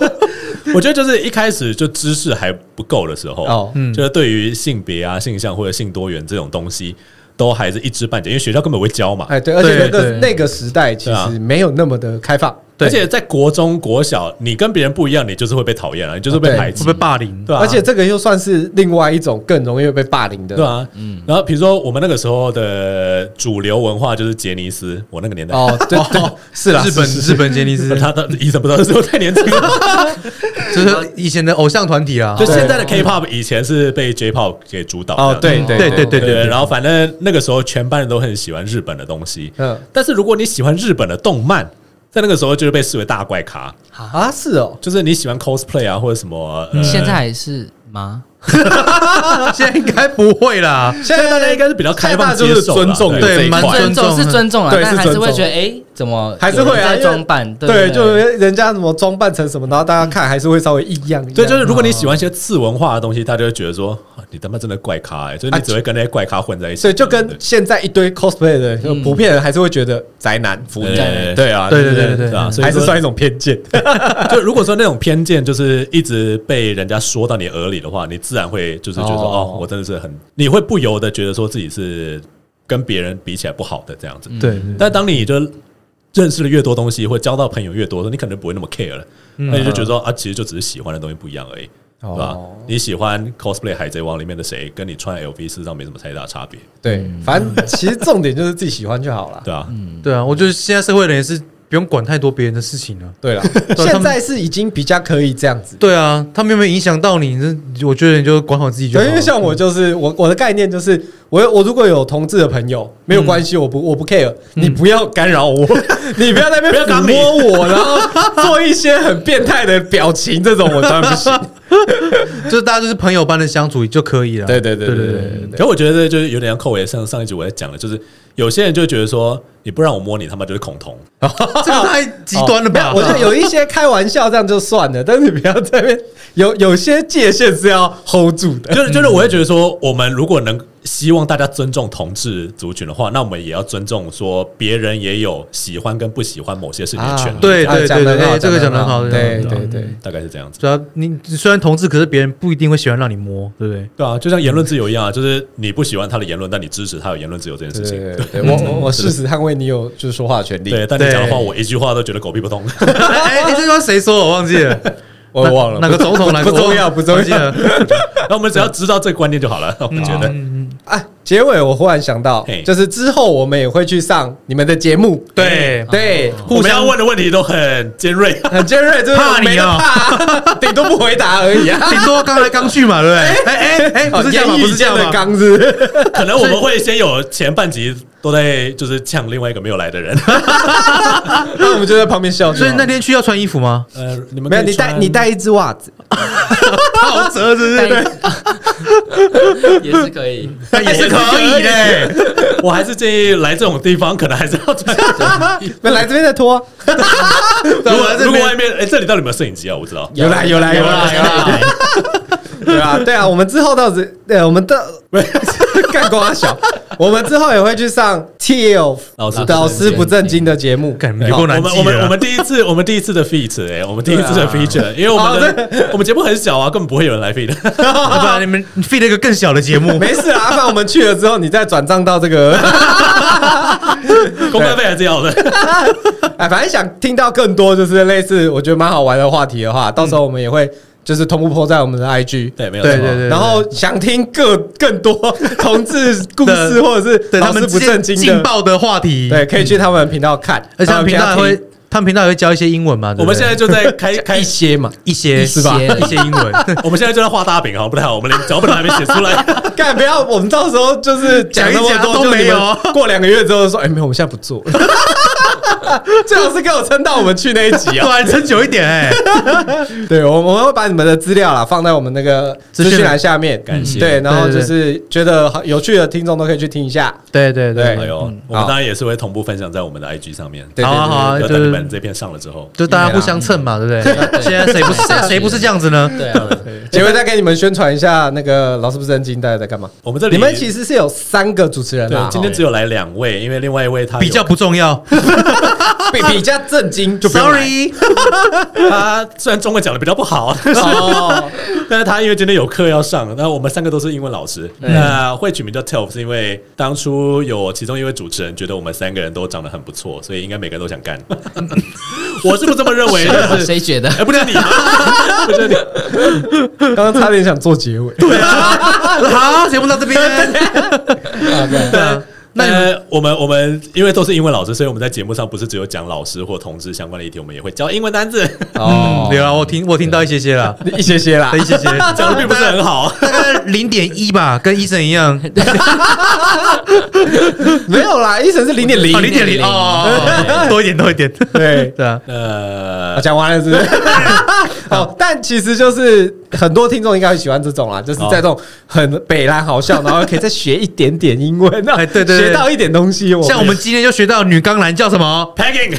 Speaker 3: 我觉得就是一开始就知识还不够的时候，
Speaker 1: 哦
Speaker 3: 哦，就是对于性别啊、性向或者性多元这种东西，都还是一知半解，因为学校根本不会教嘛。
Speaker 1: 哎，对，而且那个
Speaker 2: 对对
Speaker 1: 那个时代其实没有那么的开放，
Speaker 2: 对
Speaker 3: 而且在国中、国小，你跟别人不一样，你就是会被讨厌了，啊你就是被
Speaker 1: 哦对
Speaker 3: 排
Speaker 2: 会
Speaker 3: 挤
Speaker 2: 被，霸凌？
Speaker 3: 对啊
Speaker 1: 而且这个又算是另外一种更容易被霸凌的。
Speaker 3: 对啊，嗯。然后比如说我们那个时候的主流文化就是杰尼斯，我那个年代，
Speaker 1: 哦，对对，是
Speaker 3: 啊
Speaker 1: 啦，
Speaker 2: 日本
Speaker 1: 是是
Speaker 2: 日本杰尼斯，
Speaker 3: 他的医生不知道是我太年轻 了。
Speaker 2: 就是以前的偶像团体啊
Speaker 3: 就。现在的 K-pop 以前是被 J-pop 给主导
Speaker 1: 哦，
Speaker 3: 这样
Speaker 1: 对
Speaker 3: 子
Speaker 1: 对
Speaker 2: 对对对
Speaker 3: 对对。然后反正那个时候全班人都很喜欢日本的东西，
Speaker 1: 嗯
Speaker 3: 但是如果你喜欢日本的动漫，在那个时候就是被视为大怪咖，
Speaker 1: 啊，是哦，
Speaker 3: 就是你喜欢 cosplay 啊或者什么，呃、
Speaker 4: 现在还是吗？
Speaker 2: 现在应该不会啦。
Speaker 1: 现在大
Speaker 3: 大家应该是比较开放
Speaker 1: 就
Speaker 3: 接
Speaker 1: 是
Speaker 3: 受啦
Speaker 1: 尊重的
Speaker 3: 对
Speaker 1: 这一
Speaker 2: 蛮
Speaker 1: 块，
Speaker 4: 尊重是尊重啊，
Speaker 1: 对
Speaker 4: 但
Speaker 1: 是
Speaker 4: 还是
Speaker 1: 尊
Speaker 4: 会
Speaker 1: 重
Speaker 4: 觉得，哎，怎么
Speaker 1: 还是会
Speaker 4: 有
Speaker 1: 啊，
Speaker 4: 人在
Speaker 1: 因为
Speaker 4: 装扮，对
Speaker 1: 对，
Speaker 4: 不
Speaker 1: 就人家什么装扮成什么，然后大家看还是会稍微异样一样。
Speaker 3: 对，就是如果你喜欢一些次文化的东西，大家就会觉得说啊你他妈真的怪咖、欸，所以你只会跟那些怪咖混在一起。
Speaker 1: 啊所以就
Speaker 3: 对
Speaker 1: 跟
Speaker 3: 对
Speaker 1: 现在一堆 cosplay 的人就
Speaker 4: 嗯
Speaker 1: 普遍人还是会觉得宅男腐
Speaker 3: 对
Speaker 1: 女，
Speaker 3: 对对啊，
Speaker 2: 对对对对对
Speaker 3: 啊，所以
Speaker 1: 还是
Speaker 3: 说
Speaker 1: 算一种偏见。
Speaker 3: 就如果说那种偏见就是一直被人家说到你耳里的话，你自然会就是觉得说
Speaker 1: 哦
Speaker 3: 哦我真的是很，你会不由得觉得说自己是跟别人比起来不好的这样
Speaker 1: 嗯
Speaker 3: 子。
Speaker 2: 对，
Speaker 3: 但当你就认识的越多东西，或交到朋友越多，你可能不会那么 care 了，那你就觉得说啊，其实就只是喜欢的东西不一样而已，对吧
Speaker 1: 嗯哦？
Speaker 3: 你喜欢 cosplay《海贼王》里面的谁，跟你穿 LV 事实上没什么太大差别，
Speaker 1: 对，反正其实重点就是自己喜欢就好了。
Speaker 3: 对吧？嗯
Speaker 2: 对啊，我觉得现在社会人也是不用管太多别人的事情了。
Speaker 1: 对 了，
Speaker 2: 们
Speaker 1: 现在是已经比较可以这样子。
Speaker 2: 对啊，他们有没有影响到你？这我觉得你就管好自己就好
Speaker 1: 对，
Speaker 2: 嗯
Speaker 1: 因
Speaker 2: 了。
Speaker 1: 为像我就是我我的概念就是我我如果有同志的朋友没
Speaker 2: 嗯
Speaker 1: 有关系，我不我不 care，你不要干扰 我，你不要在那边抚摸我，然后做一些很变态的表情，这种我当然不 行。
Speaker 2: 就是大家就是朋友般的相处就可以了。
Speaker 1: 对对对
Speaker 2: 对
Speaker 1: 对对
Speaker 2: 对
Speaker 1: 对对
Speaker 3: 可我觉得就是有点像寇伟上上一集我在讲的，就是有些人就觉得说你不让我摸你，他妈就是恐同。
Speaker 2: 这个太极端了吧？
Speaker 1: 哦没有我觉得有一些开玩笑这样就算了，但是你不要在那边有有些界限是要 hold 住的。
Speaker 3: 就是就是，我会觉得说，我们如果能希望大家尊重同志族群的话，那我们也要尊重说别人也有喜欢跟不喜欢某些事情的权利。
Speaker 2: 对对对
Speaker 1: 啊讲得很好
Speaker 2: 对哎这个讲得很好
Speaker 1: 对
Speaker 2: 讲得很
Speaker 1: 对
Speaker 2: 好嗯
Speaker 1: 对，
Speaker 3: 大概是这样子。
Speaker 2: 主要你你虽然同志，可是别人不一定会喜欢让你摸，对不 对？
Speaker 3: 对啊，就像言论自由一样啊，就是你不喜欢他的言论，但你支持他有言论自由这件事
Speaker 1: 对
Speaker 3: 情。
Speaker 1: 对对，我我 我誓死捍卫你有就是说话的权利。
Speaker 3: 对，但你讲的话，
Speaker 2: 对
Speaker 3: 我一句话都觉得狗屁不通。
Speaker 2: 哎，哎这句话谁说？我忘记 了，
Speaker 1: 我忘了
Speaker 2: 哪哪个总统？哪个
Speaker 1: 不重要，
Speaker 2: 我
Speaker 1: 不重
Speaker 2: 忘记
Speaker 1: 要。
Speaker 2: 了。
Speaker 3: 那我们只要知道这个观念就好了。我觉得，
Speaker 1: 啊，结尾我忽然想到
Speaker 3: 嘿，
Speaker 1: 就是之后我们也会去上你们的节目，
Speaker 2: 对
Speaker 1: 对，
Speaker 3: 我们要问的问题都很尖 锐。
Speaker 1: 很尖锐，就是
Speaker 2: 怕你
Speaker 1: 没得
Speaker 2: 哦
Speaker 1: 怕，顶多不回答而已啊。哦
Speaker 2: 顶多刚来刚去嘛，对不对？哎哎哎， 不是这样
Speaker 1: 言
Speaker 2: 吗？
Speaker 1: 语
Speaker 2: 不是这
Speaker 1: 间
Speaker 2: 样
Speaker 1: 的
Speaker 2: 吗？
Speaker 1: 刚子，
Speaker 3: 可能我们会先有前半集都在就是呛另外一个没有来的人。
Speaker 1: 那我们就在旁边笑。
Speaker 2: 所以那天去要穿衣服 吗？
Speaker 3: 呃，你们
Speaker 1: 没有你带你带一只袜子，
Speaker 2: 好折是不
Speaker 4: 对
Speaker 2: 是？
Speaker 4: 但 也是可以。
Speaker 2: 那也是可以的。
Speaker 3: 我还是建议来这种地方，可能还是要穿。
Speaker 1: 那来这边再拖，
Speaker 3: 如果
Speaker 2: 我在这
Speaker 3: 如果
Speaker 2: 边
Speaker 3: 外面，哎，这里到底有没有摄影机啊？我不知道。
Speaker 1: 有啦有啦有啦有啦， 对啊对啊，我们之后到时，对，我们到 干瓜小，我们之后也会去上 T L
Speaker 3: 老师
Speaker 1: 导师不正经的节目，
Speaker 2: 干你们有够
Speaker 1: 好
Speaker 2: 难
Speaker 3: 我
Speaker 2: 记
Speaker 3: 们
Speaker 2: 的啊啊
Speaker 3: 我们我们第一次我们第一次的 feature 哎、我们第一次的 feature，、因为我
Speaker 2: 哦
Speaker 3: 们的、我们节目很小啊，根本不会有人来 feed。
Speaker 2: 不然你们 feed 了一个更小的节 目，
Speaker 1: 没事啊，阿凡，我们去了之后，你再转账到这 个，
Speaker 3: 公关费还是要的。
Speaker 1: 哎，反正想听到更多就是类似我觉得蛮好玩的话题的话，到时候我们也会就是同步播在我们的 IG。
Speaker 3: 对，没有
Speaker 2: 对
Speaker 3: 错
Speaker 2: 对对
Speaker 1: 然后想听更更多同志故事，
Speaker 2: 的
Speaker 1: 或者是
Speaker 2: 对他
Speaker 1: 老
Speaker 2: 们
Speaker 1: 师不
Speaker 2: 之
Speaker 1: 正经
Speaker 2: 间劲
Speaker 1: 的，
Speaker 2: 爆的话题，
Speaker 1: 对，，可以去他们频道看，
Speaker 2: 而且他们频道还
Speaker 1: 他们
Speaker 2: 会，他们频道也会教一些英文嘛。对不
Speaker 3: 我们
Speaker 2: 对
Speaker 3: 现在就在 开
Speaker 1: 听
Speaker 3: 开
Speaker 1: 一，些嘛，
Speaker 2: 一些
Speaker 4: 一些吧
Speaker 2: 一些英文，
Speaker 3: 我们现在就在画大饼哈，不太好，我们连脚本还没写出来。
Speaker 1: 干不要，我们到时候就是讲那么
Speaker 2: 讲一讲啊
Speaker 1: 多
Speaker 2: 都
Speaker 1: 就
Speaker 2: 没
Speaker 1: 你们
Speaker 2: 有
Speaker 1: 过两个月之后就说，哎，没有，我们现在不 做了。最好是给我撑到我们去那一集啊
Speaker 2: 不！然撑久一点哎。
Speaker 1: 对，我我们会把你们的资料啦放在我们那个资讯栏下面，
Speaker 3: 感谢
Speaker 1: 对，然后就是觉得好有趣的听众都可以去听一下。
Speaker 2: 对 对
Speaker 1: 对
Speaker 3: 哎呦，我们
Speaker 1: 好
Speaker 3: 当然也是会同步分享在我们的 IG 上面。
Speaker 1: 对
Speaker 2: 好啊
Speaker 1: 对对
Speaker 2: 好啊，
Speaker 3: 要
Speaker 2: 就
Speaker 3: 等你们
Speaker 2: 是
Speaker 3: 这篇上了之后，
Speaker 2: 就大家互相蹭嘛，对不对？
Speaker 4: 对
Speaker 2: 现在谁不是现在谁不是这样子呢？
Speaker 4: 对 啊，
Speaker 1: 结尾再给你们宣传一下，那个老师不是很惊，大家在干嘛？
Speaker 3: 我们这里
Speaker 1: 你们其实是有三个主持人啦
Speaker 3: 对，今天只有来两位，因为另外一位他有
Speaker 2: 比较不重要
Speaker 1: 齁哦比比较震惊，就不用来
Speaker 2: ，sorry，
Speaker 3: 他虽然中文讲的比较不好，但是
Speaker 1: 哦，
Speaker 3: 但是他因为今天有课要上，那我们三个都是英文老师，
Speaker 4: 嗯
Speaker 3: 那会取名叫 Telf 是因为当初有其中一位主持人觉得我们三个人都长得很不错，所以应该每个人都 想干。我是不这么认为，但
Speaker 1: 啊
Speaker 3: 是
Speaker 4: 谁觉得
Speaker 3: 哎、？不是你 吗？不是你，
Speaker 1: 刚刚差点想做结尾，
Speaker 2: 好，节目到这边。
Speaker 3: 对。
Speaker 2: 那你
Speaker 3: 那呃我们我们因为都是英文老师，所以我们在节目上不是只有讲老师或同志相关的议题，我们也会教英 文单字，
Speaker 1: 哦
Speaker 2: 嗯，，有啊，我听我听到一些些了，
Speaker 1: 一些些啦
Speaker 2: 一。些些，
Speaker 3: 讲的并不是很好。
Speaker 2: 大概零点一吧，跟医生一样，
Speaker 1: 没有啦，医生是零点零，
Speaker 2: 零点零哦，多一点多一点，
Speaker 1: 对。
Speaker 2: 对啊，
Speaker 3: 呃
Speaker 1: 啊，讲完了是不 是？好，但其实就是很多听众应该会喜欢这种啦，
Speaker 2: 哦
Speaker 1: 就是在这种很北兰好笑，然后可以再学一点点英文，
Speaker 2: 哎对对对
Speaker 1: 学到一点东西。
Speaker 2: 像我们今天就学到女钢男叫什么？
Speaker 3: ，packing，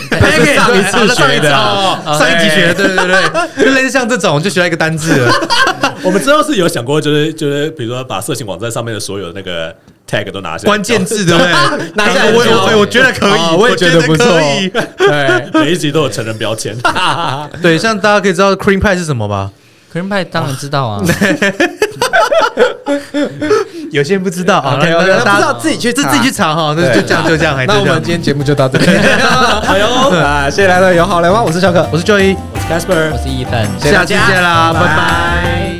Speaker 1: 哎
Speaker 2: Packet，
Speaker 1: 上一次
Speaker 2: 对
Speaker 1: 学的
Speaker 2: 哦
Speaker 1: 啊
Speaker 2: 上一集学的，对对对，就类似像这种，就学到一个单字了，
Speaker 3: 我们之后是有想过，就是就是比如说把色情网站上面的所有的那个 tag 都拿下来，
Speaker 2: 关键字对不哦 对？
Speaker 1: 拿下来
Speaker 2: 哎我
Speaker 1: 就
Speaker 2: 我我哦我觉得可以
Speaker 1: 啊，我也觉
Speaker 2: 觉
Speaker 1: 得不错
Speaker 2: 可以。哎
Speaker 1: 对，
Speaker 3: 每一集都有成人标签。
Speaker 2: 对，像大家可以知道 cream pie 是什么吧？
Speaker 4: 可人派当然知道啊，
Speaker 2: 有些人不知道啊，
Speaker 1: OK，OK，
Speaker 2: 那
Speaker 1: 那
Speaker 2: 大
Speaker 1: 不知
Speaker 2: 家
Speaker 1: 道自己去
Speaker 2: 自
Speaker 1: 查
Speaker 2: 自己去查哈，那就
Speaker 1: 对
Speaker 2: 这样就这样，还哎
Speaker 1: 那
Speaker 2: 就
Speaker 1: 我
Speaker 2: 这
Speaker 1: 们
Speaker 2: 样哎
Speaker 1: 今。天节目就到这里。 好哟， 啊，谢谢来到有好聊吗？我是小可，
Speaker 2: 我是 Joy，
Speaker 3: 我是 Casper，
Speaker 4: 我是伊凡。
Speaker 1: 谢谢
Speaker 2: 下
Speaker 1: 大
Speaker 2: 期
Speaker 1: 家
Speaker 2: 见啦，拜拜。
Speaker 1: 拜